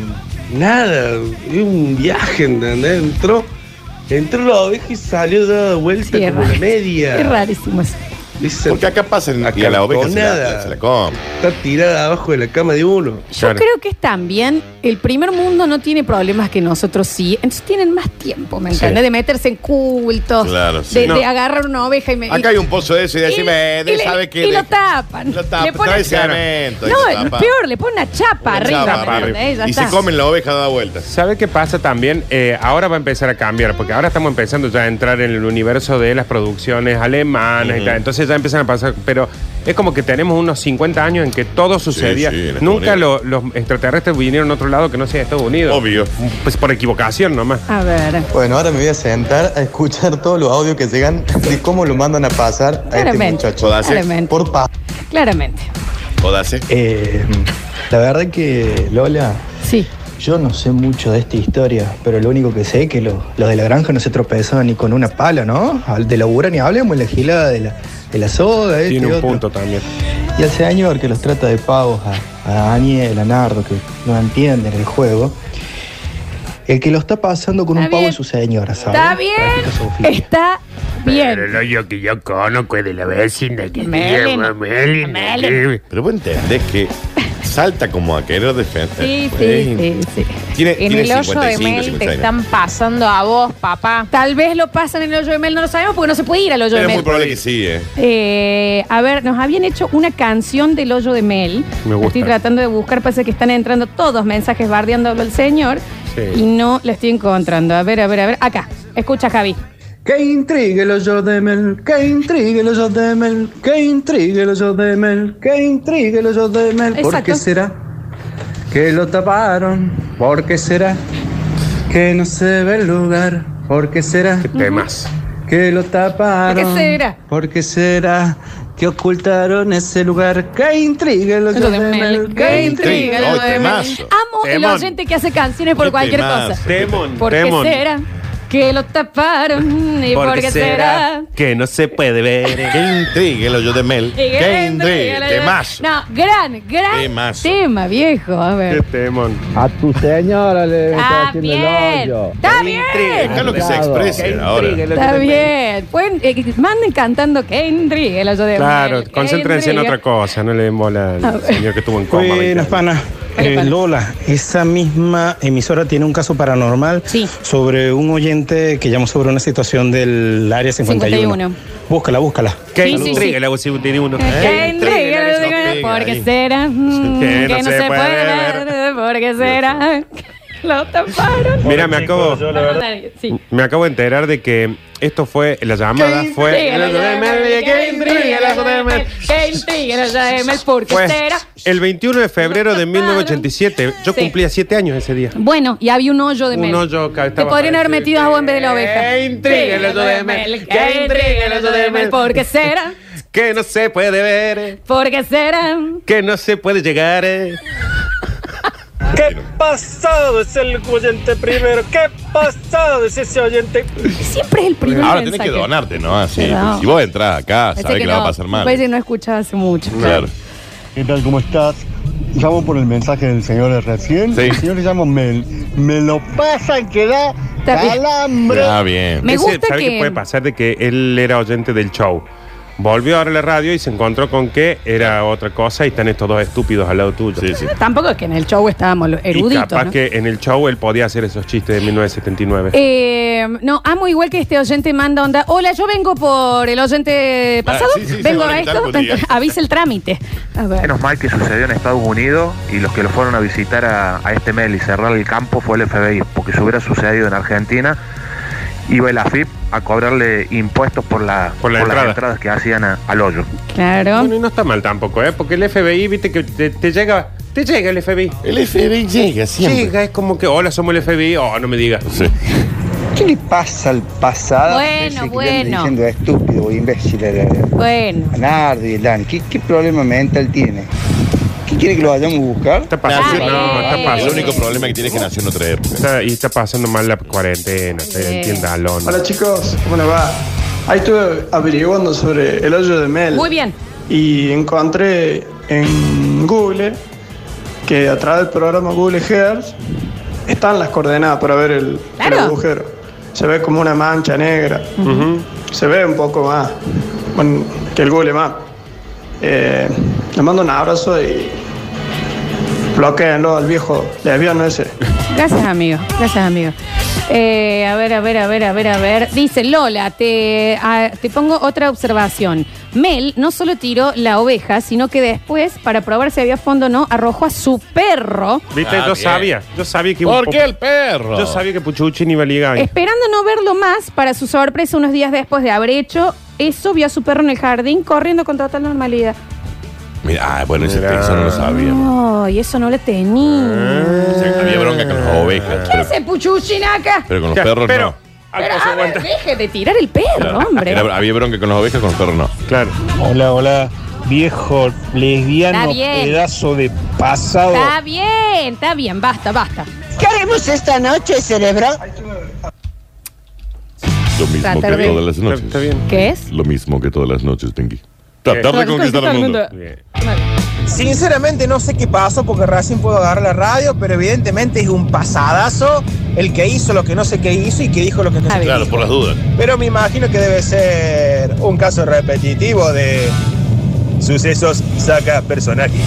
nada, es un viaje, ¿entendés? Entró, entró la oveja y salió dada vuelta Sí, es como raro. la media. Es rarísimo eso. Esa- Porque acá pasa en- Acá y a la oveja se la, nada. se la come. Está tirada abajo de la cama de uno. Yo Claro. creo que es también, el primer mundo no tiene problemas que nosotros sí, entonces tienen más tiempo, ¿me entiendes? De meterse en cultos, Claro, sí. de, No. de agarrar una oveja y me... Acá hay un pozo de eso y y- decime, y de- le- sabe que. y lo de- tapan. Lo tapan, Le ponen- trae Claro. cemento. y No, lo tapan. peor, le pone una chapa Una arriba, chapa ¿me arriba. entendés? Ya Y está. se comen la oveja da vueltas. ¿Sabe qué pasa también? Eh, ahora va a empezar a cambiar, porque ahora estamos empezando ya a entrar en el universo de las producciones alemanas y tal. Entonces ya empiezan a pasar. Pero es como que tenemos unos 50 años en que todo sucedía. sí, en Estados Nunca Unidos. lo- los extraterrestres vinieron a otro lado que no sea Estados Unidos. Obvio. Pues por equivocación nomás. A ver, Este Bueno, ahora me voy a sentar a escuchar todos los audios que llegan de cómo lo mandan a pasar a este Claramente. muchacho. Podase. claramente, Por paz. claramente. Podase. Eh, la verdad que, Lola, Sí. yo no sé mucho de esta historia, pero lo único que sé es que lo- los de la granja no se tropezaban ni con una pala, ¿no? Al de la ubra ni hablemos, la gilada de la, de la soda, este Tiene un otro. punto también. Y al señor que los trata de pavos, a, a Daniel, a Nardo, que no entienden el juego, el que lo está pasando con Está un pavo bien. es su señora, ¿sabes? Está bien, Practica su oficio. está bien. hoyo que yo conozco es de la vecina que Melina. llama Melina. Melina. Pero vos entendés que salta como a querer defender. Sí, Pues, sí, sí, sí. Tiene, En el tiene hoyo de 55, Mel te 56. están pasando a vos, papá. Tal vez lo pasan en el hoyo de Mel, no lo sabemos porque no se puede ir al hoyo Pero de es muy Mel. probable que sí, ¿eh? Eh, a ver, nos habían hecho una canción del hoyo de Mel. Me gusta. Estoy tratando de buscar, parece que están entrando todos mensajes bardeándolo al señor Sí. y no la estoy encontrando. A ver, a ver, a ver. Acá, escucha Javi. Que intrigue el hoyo de Mel, que intrigue el hoyo de Mel, que intrigue el hoyo de Mel, que intrigue el hoyo de Mel. ¿Por Exacto. qué será que lo taparon? ¿Por qué será que no se ve el lugar? ¿Por qué será Temas. que lo taparon? ¿Por qué será? ¿Por qué será que ocultaron ese lugar? Que intrigue el hoyo de Mel, que intrigue el Hoy hoyo de Mel. temazo. Amo el Temón. oyente que hace canciones por Qué cualquier temazo. cosa. Temón. ¿Por qué temón. será que lo taparon? ¿Y por qué será? que no se puede ver. Que intrigue el hoyo de Mel. Y Que intrigue. Temazo. No, gran, gran Temazo. tema, viejo. A [LAUGHS] Qué ver. temón. A tu señora le Está bien. Está bien. Acá lo que se expresa ahora. Está bien. Pueden, eh, manden cantando que intrigue el hoyo de Claro, Mel, que concéntrense en intrigue. otra cosa, no le den bola al señor que estuvo en coma. Buenas, pana. Dale, Pablo. Eh, Lola, esa misma emisora tiene un caso paranormal sobre un oyente que llamó sobre una situación del área 51. 51. Búscala, búscala. Que Sí, sí, intrigue la UCI tiene uno. Que intriga, ¿eh? intriga, Porque ahí. será mm, Que que no no se se puede puede ver, porque será que lo taparon. Mira, me acabo. No, nadie, sí. Me acabo de enterar de que esto fue, la llamada fue. Intriga, la llave, que intriga, la llave, que intriga, la llave, porque Pues, será. el 21 de febrero de 1987. Yo Sí. cumplía 7 años ese día. Bueno, y había un hoyo de Un mel. hoyo que Te estaba. podrían haber metido a vos en vez de la oveja. Que intriga el hoyo de mel, que intriga el hoyo de mel. Porque será, Que no se puede ver, eh, porque será. que no se puede llegar. eh. ¿Qué pasado es el oyente primero? ¿Qué pasado es ese oyente? Siempre es el primero. Ahora en tenés que sacar. donarte, ¿no? Así. Perdón. Si vos entras acá, Pensé sabés que, la va no. a pasar mal. Parece que no escuchaba hace mucho. Claro. ¿Qué tal? ¿Cómo estás? Llamo por el mensaje del señor de recién. Sí. El señor le llamo Mel. Me lo pasan que da Está bien. calambre. Ah, bien. Me gusta ¿Sabe que- qué puede pasar? De que él era oyente del show. Volvió ahora a la radio y se encontró con que era otra cosa y están estos dos estúpidos al lado tuyo. Sí, sí. Tampoco es que en el show estábamos los y eruditos. capaz ¿no? que en el show él podía hacer esos chistes de 1979. Eh, no, amo igual que este oyente manda onda. Hola, yo vengo por el Ah, oyente pasado. sí, sí, se vengo va a a conectar esto. algún día. [LAUGHS] Avisa el trámite. A ver. Menos mal que sucedió en Estados Unidos y los que lo fueron a visitar a, a este Mel y cerrar el campo fue el FBI, porque si hubiera sucedido en Argentina, iba el AFIP a cobrarle impuestos por, la, por, la entrada. las entradas que hacían a- al hoyo. Claro. Bueno, y no está mal tampoco, ¿eh? Porque el FBI, viste que te, te llega. Te llega el FBI. El FBI llega siempre. Llega, es como que, hola, somos el FBI. Oh, no me digas. ¿Qué le pasa al pasado? Bueno, Ese que le anda bueno. Diciendo estúpido o imbécil a, la- Bueno. a Nardo y el Dani. ¿Qué, qué problema mental tiene? ¿Qué quiere que lo vayamos a buscar? Está Nació- no, está pasando. El único problema que tiene es que nació en otra época. Está- y está pasando mal la cuarentena, Sí. te entiéndalo. ¿no? Hola chicos, ¿cómo les va? Ahí estuve averiguando sobre el hoyo de Mel. Muy bien. Y Eh, encontré en Google que a través del programa Google Earth están las coordenadas para ver el, el Claro. agujero. Se ve como una mancha negra. Se ve un poco más bueno, que el Google Map. Eh, les mando un abrazo y bloqueenlo al viejo lesbiano ese. Gracias, amigo. Gracias, amigo. Eh, a ver, a ver, a ver, a ver, a ver. Dice Lola, te, a- te pongo otra observación. Mel no solo tiró la oveja, sino que después, para probar si había fondo o no, arrojó a su perro. ¿Viste? Ah, yo bien. sabía. Yo sabía que. ¿Por qué el perro? Yo sabía que Puchuchini iba a ligar. ahí. Esperando no verlo más, para su sorpresa, unos días después de haber hecho eso, vio a su perro en el jardín corriendo con total normalidad. Mira, ah, bueno, ese Mirá. texto no lo sabía. No, y eso no le tenía. O sea, había bronca con las ovejas. ¿Qué hace Puchuchin acá? Pero con los perros Pero- no. Ah. Pero, a ver, deje de tirar el perro, hombre. Era- había bronca con las ovejas, con los perros no. Claro. Hola, hola, viejo lesbiano, Está bien. pedazo de pasado. Está bien, está bien, basta, basta. ¿Qué haremos esta noche, cerebro? Lo mismo Tratar que de- todas las noches. ¿Qué es? Lo mismo que todas las noches, Pinky. Tratar de Tratar de conquistar al mundo. conquistar Sinceramente no sé qué pasó porque recién puedo agarrar la radio, pero evidentemente es un pasadazo el que hizo lo que no sé qué hizo y que dijo lo que no sé qué Claro, dijo. por las dudas. Pero me imagino que debe ser un caso repetitivo de sucesos saca personajes.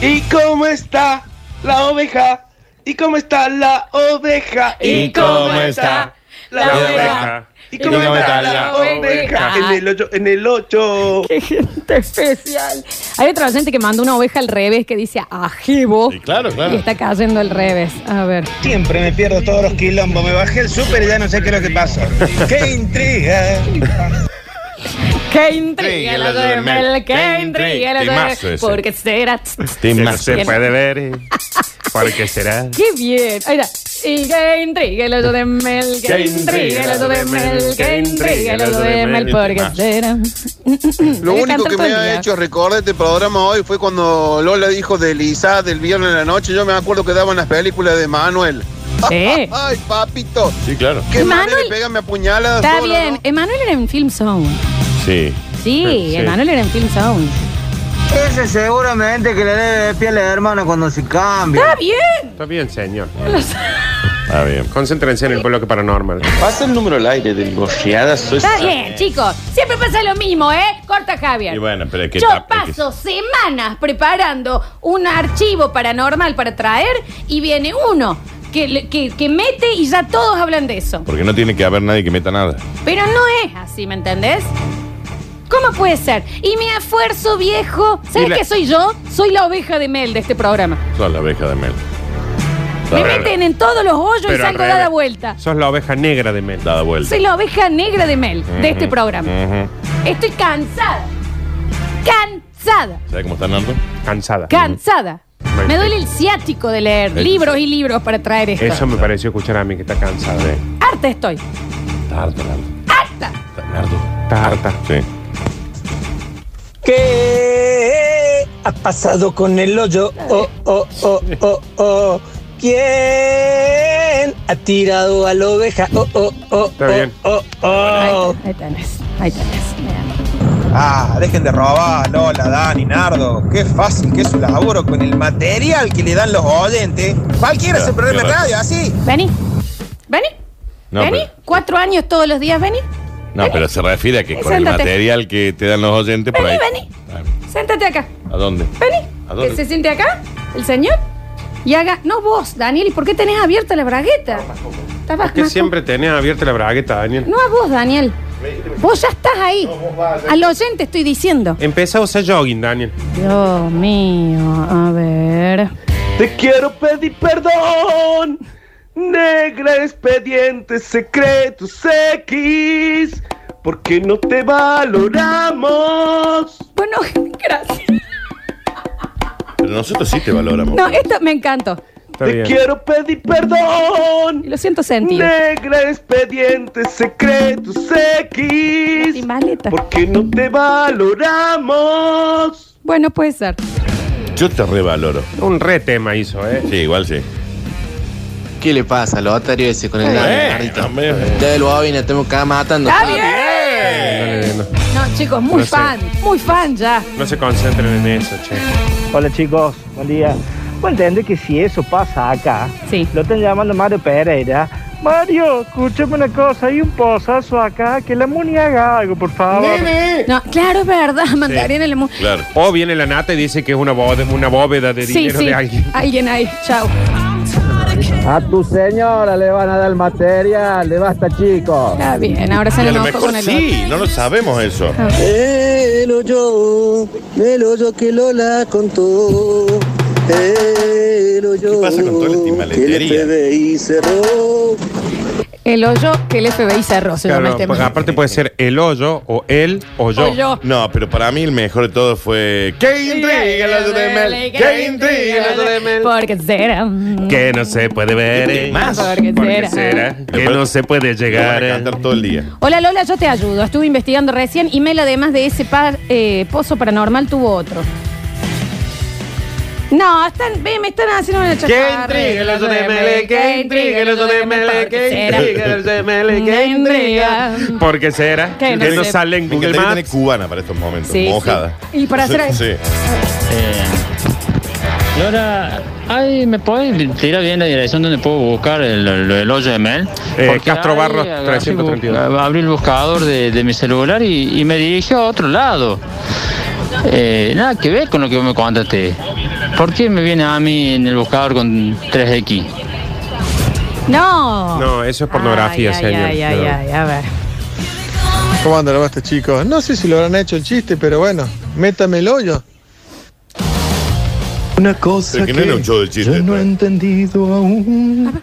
¿Y cómo está la oveja? ¿Y cómo está la oveja? ¿Y cómo está la oveja? ¿Y cómo está la oveja? En el 8, en el 8. [LAUGHS] Qué gente especial. Hay otra gente que manda una oveja al revés que dice ajibo. Y claro, Y está cayendo al revés. A ver. Siempre me pierdo todos los quilombos. Me bajé el súper y ya no sé qué es lo que pasó. ¡Qué intriga! ¡Qué intriga la la de Mel! Mel, ¡Qué intriga la Temazo de ese. Porque será. Que no Temazo. se puede ver. eh. ¿Por qué será? [LAUGHS] ¡Qué bien! Ahí está. Y qué intriga el hoyo de Mel, qué intriga el hoyo de Mel, qué intriga el hoyo de Mel, porque será. Lo Debe único cantar que todo me el ha día. hecho recordar este programa hoy fue cuando Lola dijo de Lisa del viernes en la noche. Yo me acuerdo que daban las películas de Manuel. Ay, papito. Sí, claro. Que Manuel- Manuel pega, me apuñala. Está solo, bien. ¿no? Emanuel era en Film Zone. Sí. Sí, Sí. Emanuel era en Film Zone. Ese seguramente que le debe de piel hermano cuando se cambia. Está bien. [LAUGHS] Está bien, señor. Ah, bien. Concéntrense en el bloque paranormal. Pasa el número al aire del gorriada. Está bien, chicos. Siempre pasa lo mismo, ¿eh? Corta Javier. Y bueno, pero es que Yo tap- es que- paso semanas preparando un archivo paranormal para traer y viene uno que, le- que, que mete y ya todos hablan de eso. Porque no tiene que haber nadie que meta nada. Pero no es así, ¿me entendés? ¿Cómo puede ser? Y mi esfuerzo viejo, ¿sabes Y la- qué soy yo? Soy la oveja de Mel de este programa. Son la oveja de Mel. Me meten en todos los hoyos Pero y al salgo revés. dada vuelta. Sos la oveja negra de Mel. Dada vuelta. Soy la oveja negra de Mel de este programa. Estoy cansada. Cansada. ¿Sabes cómo está Nardo? Cansada. Cansada. Ujú. Me duele el ciático de leer Eh, libros y libros para traer esto. Eso me pareció escuchar a mí que está cansada. Harta estoy. Está harto, Nardo. Harta. Está harta. Sí. ¿Qué ha pasado con el hoyo? Oh, oh, oh, oh, oh. ¿Quién ha tirado a la oveja? Oh, oh, oh, Está oh, bien. oh, oh. Ahí tenés. Ahí tenés. Ah, dejen de robar, Lola, Dani, Nardo. Qué fácil que es su laburo con el material que le dan los oyentes. Cualquiera Ya, se programa de qué radio, raro. así. Vení. Vení. No, Vení. pero- Cuatro años todos los días, vení. No, pero se refiere a que con el Siéntate. material que te dan los oyentes por Vení, ahí. vení. Séntate acá. ¿A dónde? Vení. ¿A dónde? Que se siente acá el señor y haga. No vos, Daniel, ¿y por qué tenés abierta la bragueta? Estás más- ¿Por qué más- siempre tenés abierta la bragueta, Daniel? No a vos, Daniel. Vos ya estás ahí. Al oyente estoy diciendo. Empezá a usar jogging, Daniel. Dios mío, a ver. Te quiero pedir perdón, negra expediente secretos X, porque no te valoramos. Bueno, [LAUGHS] gracias. Pero nosotros sí te valoramos. [LAUGHS] No, esto me encantó. Te quiero pedir perdón, Lo siento sentir. negra expediente secretos X, porque no te valoramos. Bueno, puede ser. Yo te revaloro. Un re tema hizo, ¿eh? Sí, igual sí. ¿Qué le pasa al otario ese con el Bueno, Nardito? hombre. Ya del bobina tenemos que matando. ¡Está bien! No, chicos, muy No sé. fan. Muy fan ya. No se concentren en eso, che. Hola chicos, buen día. Bueno, entender que si eso pasa acá, lo están llamando Mario Pereira. Mario, escúchame una cosa, hay un posazo acá, que la Muni haga algo, por favor. No, claro, es verdad. Mandarían el mu- Claro. O viene la nata y dice que es una bóveda, una bóveda de Sí, dinero sí. de alguien. Alguien ahí. Chao. A tu señora le van a dar material, le basta, chicos. Está bien, ahora se Y a le lo enojó mejor con el Ah. sí, no lo sabemos eso. El hoyo, el hoyo que Lola contó. El hoyo que el FBI cerró. El hoyo que el FBI cerró, se llama Claro, el tema. porque aparte puede ser el hoyo o él o yo. O yo. No, pero para mí el mejor de todo fue. ¡Qué intriga el hoyo de Mel! ¡Qué intriga el hoyo de Mel! Porque será. Que no se puede ver. eh. Más. Porque Porque será. será. Que no se puede llegar. eh. Lo van a cantar todo el día. Hola Lola, yo te ayudo. Estuve investigando recién y Mel, además de ese par, eh, pozo paranormal, tuvo otro. No, están, ve, me están haciendo una chacarra. intriga el hoyo de Mel, qué intriga el hoyo de Mel, qué intriga el hoyo de Mel, qué intriga. Porque será. Que Que no no, se- sale en Me Google encantaría tener Maps. cubana para estos momentos, Sí, mojada. sí. Y para hacer- Sí. Lora, ay, ¿me puedes tirar bien la dirección donde puedo buscar el, el- el hoyo de Mel? Eh, Porque Castro ahí Barros agarré 332. bu- Abrí el buscador de, de mi celular y, y me dirigió a otro lado. Eh, nada que ver con lo que vos me contaste. ¿Por qué me viene a mí en el buscador con 3X? No. No, eso es pornografía, ay, señor. Ay, ay, Pero- ay, a ver. ¿Cómo andan los bastos, chicos? No sé si lo habrán hecho el chiste, pero bueno, métame el hoyo. Una cosa Pero que, que no era un show de este? chistes, yo no he entendido aún.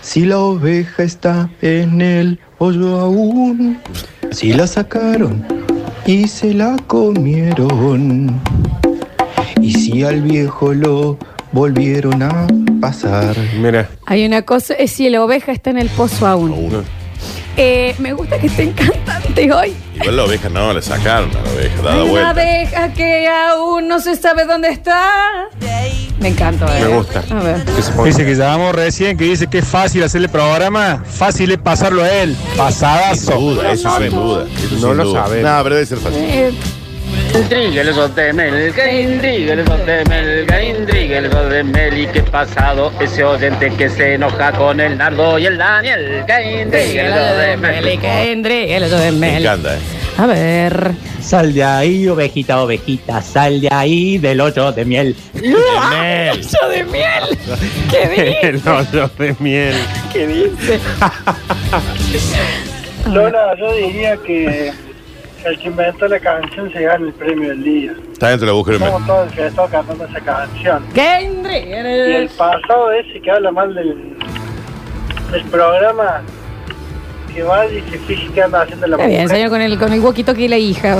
Si la oveja está en el hoyo aún. Si la sacaron y se la comieron. Y si al viejo lo volvieron a pasar. Mira. Hay una cosa, es si la oveja está en el pozo aún. Eh, me gusta que estén cantantes hoy. Igual la oveja no, la sacaron a la oveja, dada Una vuelta. abeja que aún no se sabe dónde está. Me encanta. eh. A ver. Dice que llamamos recién, que dice que es fácil hacerle programa, fácil es pasarlo a él. Pasadazo. Duda, eso sin duda. eso No sin lo duda. sabemos. No, pero debe ser fácil. Eh, Intriga el sotemel, que intriga el sotemel, que intriga el sotemel y qué pasado ese oyente que se enoja con el Nardo y el Daniel, que intriga el sotemel, y que intriga el Me sotemel. encanta, ¿eh? A ver. Sal de ahí, ovejita, ovejita, sal de ahí del hoyo de [LAUGHS] miel. ¡Eso de miel! ¿Qué dice? [LAUGHS] El hoyo de miel. ¿Qué dice? Lola, yo diría que el que inventó la canción se gana el premio del día. Está dentro del agujero. de Estamos todos enfiestados cantando esa canción. ¿Qué? Y el pasado ese que habla mal del, del programa, que va y se fija que anda haciendo la Está bien, mujer. señor, con el, con el huequito que la hija.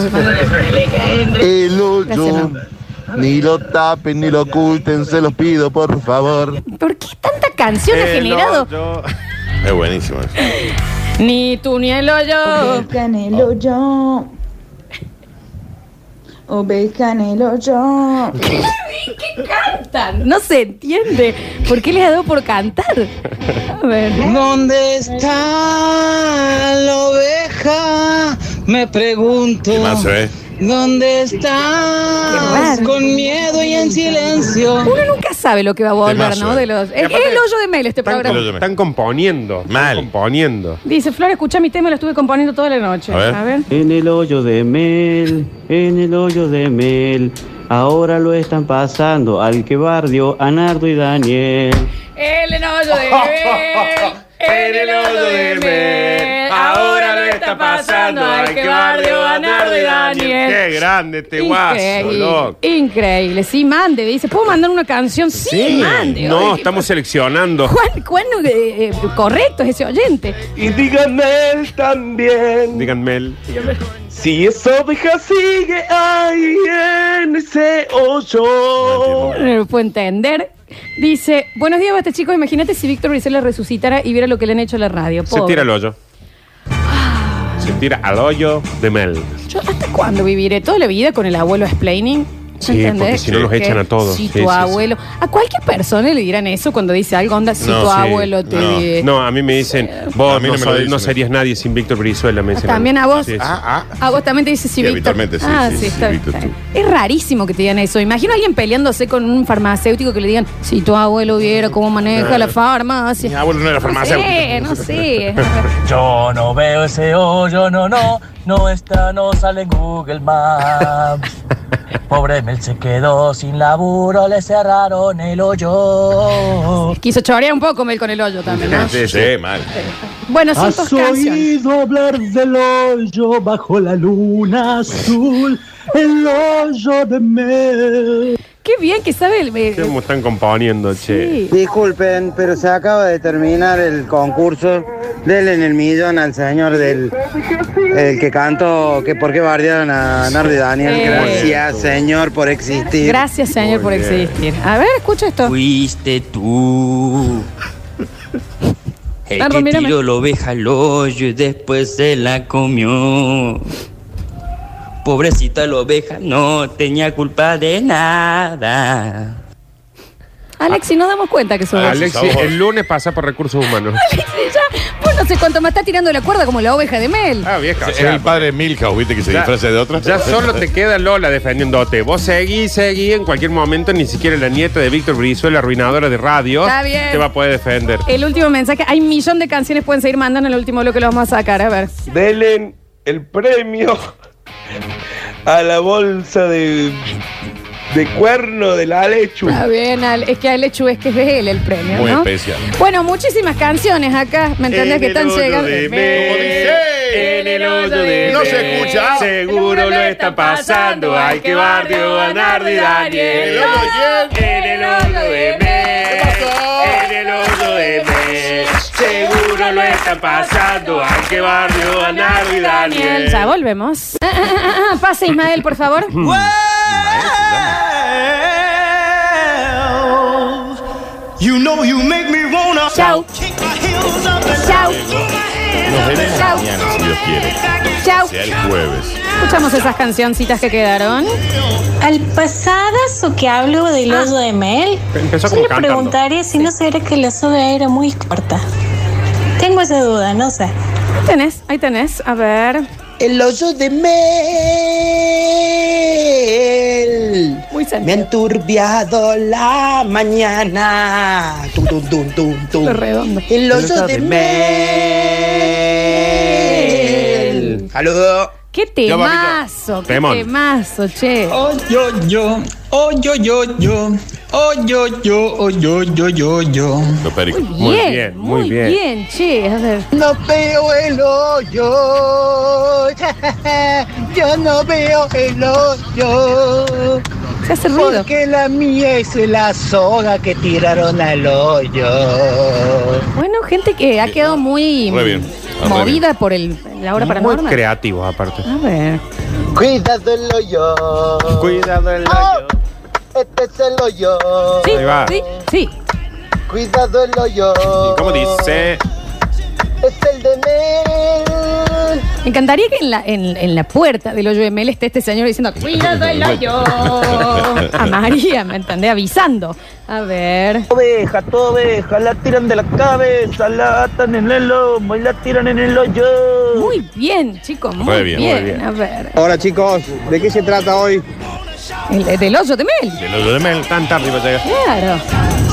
El hoyo, Gracias, ni lo tapen ni lo oculten, se los pido, por favor. ¿Por qué tanta canción ha El generado? Es buenísimo. eso. Ni tú ni el hoyo. Oveja en el hoyo. Oveja en el hoyo. ¿Qué cantan? No se entiende. ¿Por qué les ha dado por cantar? A ver. ¿Dónde está la oveja? Me pregunto. ¿Qué más, eh? ¿Dónde estás? Con miedo y en silencio. Uno nunca sabe lo que va a volver, Temazo, ¿no? eh. De los, Y es, es aparte- el hoyo de Mel este Están, programa. com- están componiendo. Mal. componiendo. Dice, Flor, escucha mi tema, lo estuve componiendo toda la noche. A ver. En el hoyo de Mel, en el hoyo de Mel, ahora lo están pasando al que bardio a Nardo y Daniel. El hoyo de Mel. [LAUGHS] En el hoyo de Mel. Ahora lo está pasando. Hay que barrio a Nardo y Daniel. Qué grande este guaso, loco. Increíble. Sí, mande. Dice, ¿puedo mandar una canción? Sí, mande. No, Oye, estamos [LAUGHS] seleccionando. ¿Cuán, cuán, eh, eh, correcto es ese oyente? Y díganme él también. Díganme él. Si esa oveja sigue ahí en ese hoyo. No lo puedo entender. Dice, buenos días, basta chicos. Imagínate si Víctor Brizuela resucitara y viera lo que le han hecho a la radio. Se Pobre. Ah. tira al hoyo. Se tira al hoyo de Mel. Yo hasta cuándo viviré toda la vida con el abuelo explaining. Sí, porque si no los echan a todos. Si Sí, tu sí, sí. abuelo. A cualquier persona le dirán eso cuando dice algo, onda, si No, tu sí, abuelo te. no. No, a mí me dicen, Ah. vos A mí no, no me lo soy- dicen. no serías nadie sin Víctor Brizuela. Me dicen. También a vos. Sí, sí. A vos también te dice si Sí, Víctor. habitualmente, sí, Ah, sí, sí, está bien, Víctor, está bien. Es rarísimo que te digan eso. Imagino a alguien peleándose con un farmacéutico que le digan, si tu abuelo viera cómo maneja Claro. la farmacia. Mi abuelo no era farmacéutico. No sé, no sé. Yo no veo ese hoyo, no, no, no está, no sale en Google Maps. Pobre Mel se quedó sin laburo, le cerraron el hoyo. Quiso chorear un poco Mel con el hoyo también, ¿no? Sí, sí, mal. Bueno, Ah, son Has dos canciones. oído hablar del hoyo bajo la luna azul, el hoyo de Mel. Qué bien que sabe el. eh, ¿Cómo están componiendo, che? Disculpen, pero se acaba de terminar el concurso. Denle en el millón al señor del el que cantó que por qué bardearon a Nardo y Daniel. Eh. Gracias, señor, por existir. Gracias, señor, por existir. A ver, escucha esto. Fuiste tú. eh, El Nardo, que mírame. tiró la oveja al hoyo y después se la comió. Pobrecita la oveja, no tenía culpa de nada. Alexi, no damos cuenta que sos [LAUGHS] vos. Alexi, el lunes pasa por recursos humanos. Alexi, ya. Vos no sé cuánto más está tirando de la cuerda como la oveja de Mel. [LAUGHS] Ah, vieja. o Es sea, el padre de Milhouse, ¿viste? Que se Ya- disfraza de otra. Ya solo te queda Lola defendiéndote. Vos seguí, seguí. En cualquier momento, ni siquiera la nieta de Víctor Brizuela, arruinadora de radio, Está bien. te va a poder defender. El último mensaje. Hay un millón de canciones pueden seguir mandando en el último bloque. Lo vamos a sacar. A ver. Delen el premio a la bolsa de, de cuerno de la lechu. Está bien, Al- es que a Lechu es que es él el premio, Muy ¿no? especial. Bueno, muchísimas canciones acá, ¿me entendés? En Que el están hoyo llegando. de En el hoyo de No se escucha. Seguro lo está pasando. Hay que barrio a Nardi Daniel. En el hoyo de En el hoyo de Seguro lo está pasando. Hay que barrio a Nardi Daniel, ya volvemos. [LAUGHS] Ah, ah, ah, ah, Pase Ismael, por favor. You know you make me wanna Chau. Chau. Nos veremos Chau. mañana, si Dios quiere. Chau. Sea el jueves. Escuchamos esas cancioncitas que quedaron. Al pasadazo que hablo del Ah. hoyo de Mel, Empezó yo como le cantando. preguntaría si no será que la soga era muy corta. Tengo esa duda, no sé. Ahí tenés, ahí tenés. A ver. El hoyo de Mel. sol. Me ha enturbiado la mañana. Tum, tum, tum, tum, tum. El oso de mel. Saludo. ¡Qué Yo, papito. temazo! ¡Qué Temón. temazo, che! Oh, yo, yo, oh, yo, yo, yo, oh, yo, yo, oh, yo, yo, yo, yo. Bien, muy bien. che. A ver. No veo el hoyo. [LAUGHS] Yo no veo el hoyo. Se hace ruido. Porque la mía es la soga que tiraron al hoyo. Bueno, gente que ha quedado muy Muy bien. Ah, muy movida por el, la hora Muy paranormal. creativo, aparte. A ver. Cuidado el hoyo. Cuidado el hoyo. este es el hoyo. Sí, Ahí va. sí, sí. Cuidado el hoyo. ¿Y cómo dice? Es el de Mel. Me encantaría que en la, en, en la puerta del hoyo de Mel esté este señor diciendo, cuidado el hoyo. [LAUGHS] A María, ¿me entendés? Avisando. A ver. Oveja, toda oveja, la tiran de la cabeza, la atan en el lomo y la tiran en el hoyo. Muy bien, chicos, muy, Muy bien, bien, muy bien. A ver. Hola chicos, ¿de qué se trata hoy? El, del hoyo de Mel. Del hoyo de Mel, tan tarde iba a llegar. Claro.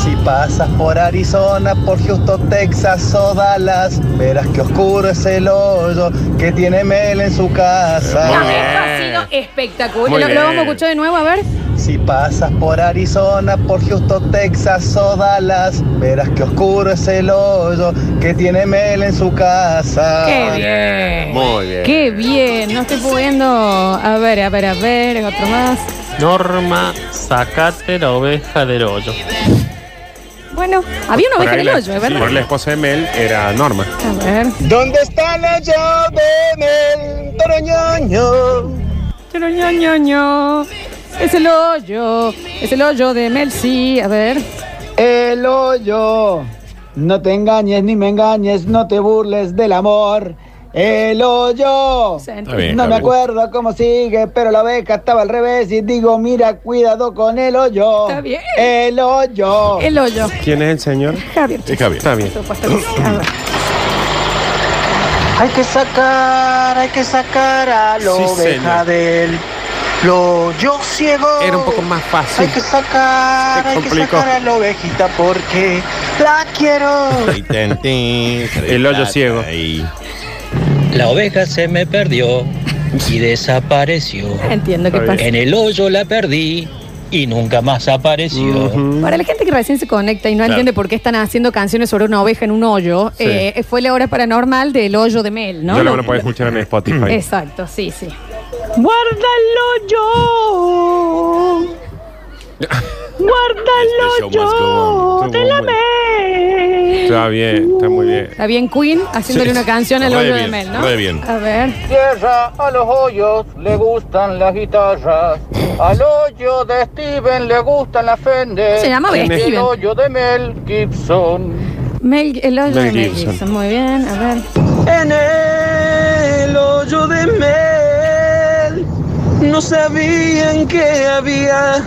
Si pasas por Arizona, por Houston, Texas o Dallas, verás que oscuro es el hoyo que tiene Mel en su casa. No, esto ha sido espectacular. Muy Lo, lo bien. vamos a escuchar de nuevo, a ver. Si pasas por Arizona, por Houston, Texas o Dallas, verás que oscuro es el hoyo que tiene Mel en su casa. Qué bien. Muy bien. Qué bien, no estoy pudiendo. A ver, a ver, a ver, otro más. Norma, sacate la oveja del hoyo. Bueno, había una Por oveja ahí en el la- hoyo, es sí, verdad. Por la esposa de Mel era Norma. A ver. ¿Dónde está la llave del toroñoño? Pero ño, ño, ño. Es el hoyo. Es el hoyo de Mel C. A ver. El hoyo. No te engañes ni me engañes, no te burles del amor. El hoyo. Está bien, está no me bien. acuerdo cómo sigue, pero la beca estaba al revés y digo, mira, cuidado con el hoyo. Está bien. El hoyo. El hoyo. ¿Quién es el señor? Javier. Es Javier. Está bien. [COUGHS] Hay que sacar, hay que sacar a la Sí, oveja señor. del hoyo ciego. Era un poco más fácil. Hay que sacar, Se hay que complicó. sacar a la ovejita porque la quiero. El hoyo ciego. La oveja se me perdió y desapareció. Entiendo qué pasa. En el hoyo la perdí y nunca más apareció. Para la gente que recién se conecta y no Claro. entiende por qué están haciendo canciones sobre una oveja en un hoyo, Sí. eh, fue la hora paranormal del hoyo de Mel, ¿no? Yo lo Lo- van a poder escuchar en Spotify. Exacto, sí, sí. Guarda el [LAUGHS] hoyo. Este show must go on. Estuvo muy- Está bien, está muy bien. Está bien Queen haciéndole Sí. una canción al Re hoyo de bien, Mel, ¿no? re bien. A ver. Tierra a los hoyos le gustan las guitarras. Al hoyo de Steven le gustan las Fender. Se llamaba Y Steven. El hoyo de Mel Gibson. Mel, el hoyo Mel de Mel Gibson. Gibson. Muy bien, a ver. En el hoyo de Mel no sabían que había.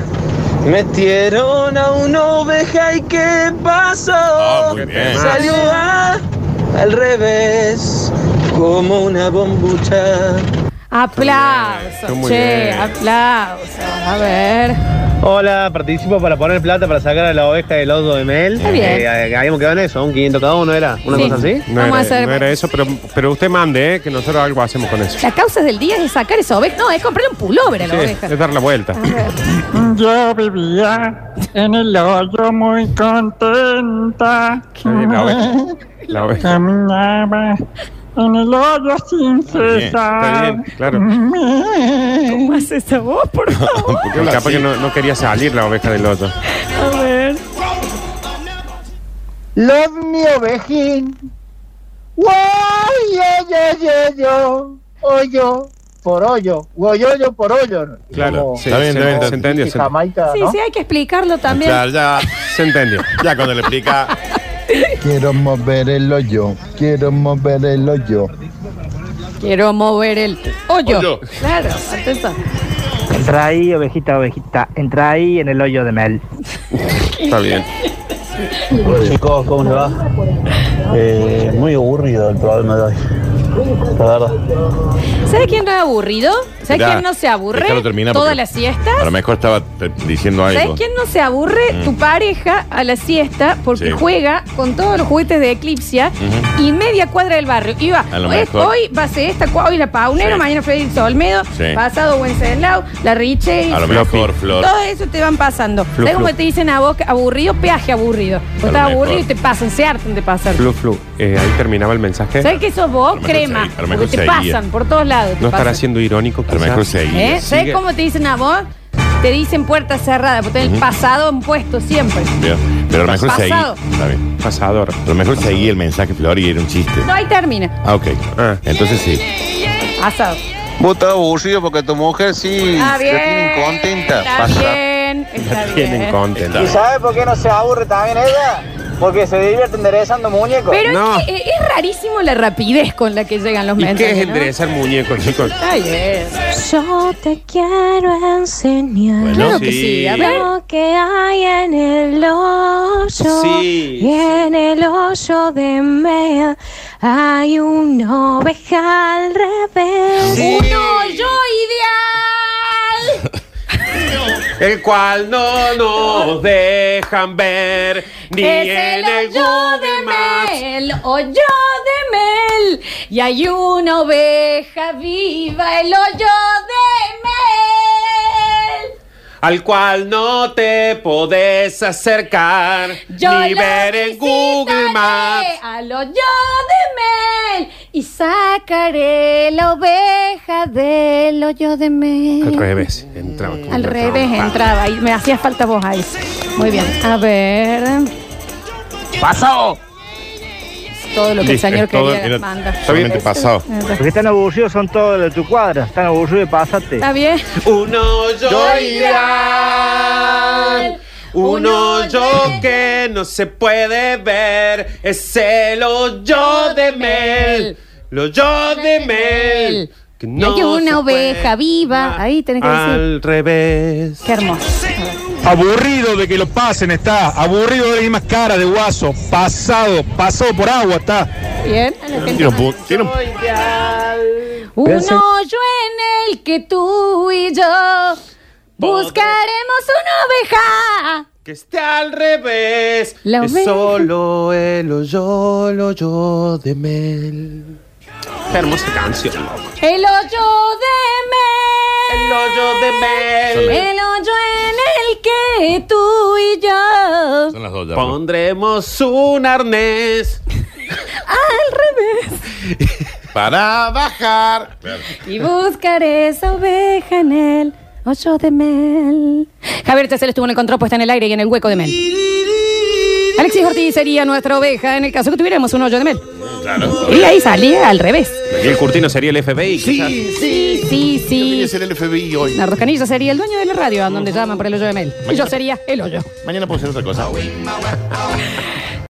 Metieron a una oveja y qué pasó. Ah, bien. Salió a- al revés como una bombucha. Aplausos, muy che, bien. aplausos. A ver. Hola, participo para poner plata para sacar a la oveja del oso de Mel. Está bien. Eh, habíamos quedado en eso, un 500 cada uno era, una Sí. cosa así. No, Vamos era, a hacer- no era eso, pero, pero usted mande, ¿eh? que nosotros algo hacemos con eso. La causa del día es sacar esa oveja. No, es comprarle un pullover a la Sí, oveja. es dar la vuelta. Yo vivía en el hoyo muy contenta. bien, la oveja. La oveja. Caminaba en el hoyo sin Está cesar. bien, claro. ¿Cómo hace esa voz, [LAUGHS] por favor? Porque capaz que no, no quería salir la oveja del otro. A ver. Love mi ovejín. Wow, yo, yo, yo, yo. Hoyo por hoyo. Goyoyo por hoyo. Claro, Como- sí, Está bien, se, está bien, se está- entendió. y se- Jamaica, Sí, ¿no? sí, hay que explicarlo también. ya. Se entendió. Ya cuando le explica. Quiero mover el hoyo, quiero mover el hoyo. Quiero mover el hoyo. Hoyo. Claro, atenta. Entra ahí, ovejita, ovejita. Entra ahí en el hoyo de Mel. Está bien. Chicos, ¿cómo le va? Eh, muy aburrido el programa de hoy. La verdad. ¿Sabe quién no es aburrido? ¿Sabes Mirá, quién no se aburre? déjalo terminar porque- Todas las siestas. A lo mejor estaba eh, diciendo ¿Sabes algo. quién no se aburre? Mm. Tu pareja a la siesta porque Sí. juega con todos los juguetes de Eclipsia Ujú. y media cuadra del barrio. Y va, A lo hoy, mejor. hoy va a ser esta, cua- hoy la Paunero, Sí. mañana Félix Olmedo, Sí. pasado Wenceslao, la Riche. A lo mejor, Flor. Todo eso te van pasando. Flu, ¿Sabes cómo flu. te dicen a vos? que Aburrido, peaje aburrido. Vos A lo estás mejor. aburrido y te pasan, se hartan de pasar. Flu, flu. Eh, ahí terminaba el mensaje. ¿Sabes que sos vos? mejor Crema. seguí, a lo mejor porque te seguía. pasan por todos lados. te No estará pasan. siendo irónico. A lo mejor ¿Eh? ¿Sabes cómo te dicen a vos? Te dicen puerta cerrada, porque tenés el Ujú. pasado en puesto siempre. Bien. Pero a lo mejor seguí. Pasado. Está bien. Pasador. A lo mejor seguí el mensaje, Flor, y era un chiste. No, ahí termina. Ah, ok. Entonces sí. Asado. Vos estás aburrido porque tu mujer sí Está la bien. tienen contenta. Está Pasa. bien. Está bien. contenta. ¿Y sabe por qué no se aburre también ella? Porque se divierte enderezando muñecos. Pero es, que, eh, es rarísimo la rapidez con la que llegan los ¿Y mensajes. qué es ¿no? enderezar muñecos, chicos? Está bien. Yo te quiero enseñar Bueno, Claro que sí. sí, a ver. lo que hay en el hoyo. Sí, y en el hoyo de Mel hay una oveja al revés. Uno, yo ideal. El cual no nos dejan ver ni es el en el hoyo de Mel, hoyo de Mel. Y hay una oveja viva, el hoyo de Mel. al cual no te podés acercar Yo ni la ver en Google Maps. visitaré Al hoyo de Mel y sacaré la oveja del hoyo de Mel. Al revés, entraba. Pues Al revés entraba y me hacía falta vos ahí. Muy bien, a ver. ¡Pasado! Todo lo que el Listo, señor es todo, quería era manda. solamente pasado. Está Los que están aburridos son todos de tu cuadra. Están aburridos de pasate. ¿Está bien? Uno yo Yo ideal. Uno yo que no se puede ver es el hoyo de mel. Lo yo de mel. Que no hay se una puede- oveja viva. Ahí tenés que decir. Al revés. Qué hermoso. Aburrido de que lo pasen está, aburrido de las mismas caras de guaso, pasado, pasado por agua está. Bien. a la gente más. Un Gracias. hoyo en el que tú y yo buscaremos una oveja. Que esté al revés. La es oveja. solo el hoyo, el hoyo de mel. Qué hermosa canción, loco. El hoyo de Mel. El hoyo de Mel. El hoyo en el que tú y yo. Son las dos ya. Pondremos un arnés Al revés. Para bajar. Y buscaré esa oveja en el hoyo de Mel. Javier Chacel estuvo en el control puesta en el aire y en el hueco de Mel. Alexis Ortiz sería nuestra oveja en el caso que tuviéramos un hoyo de Mel. Claro. Y ahí salía al revés. Y el Curtino sería el FBI. Sí, Sí, sí, sí. es el FBI hoy. Nardo Canilla sería el dueño de la radio, a donde llaman por el hoyo de Mel. Y yo sería el hoyo. Mañana puedo hacer otra cosa.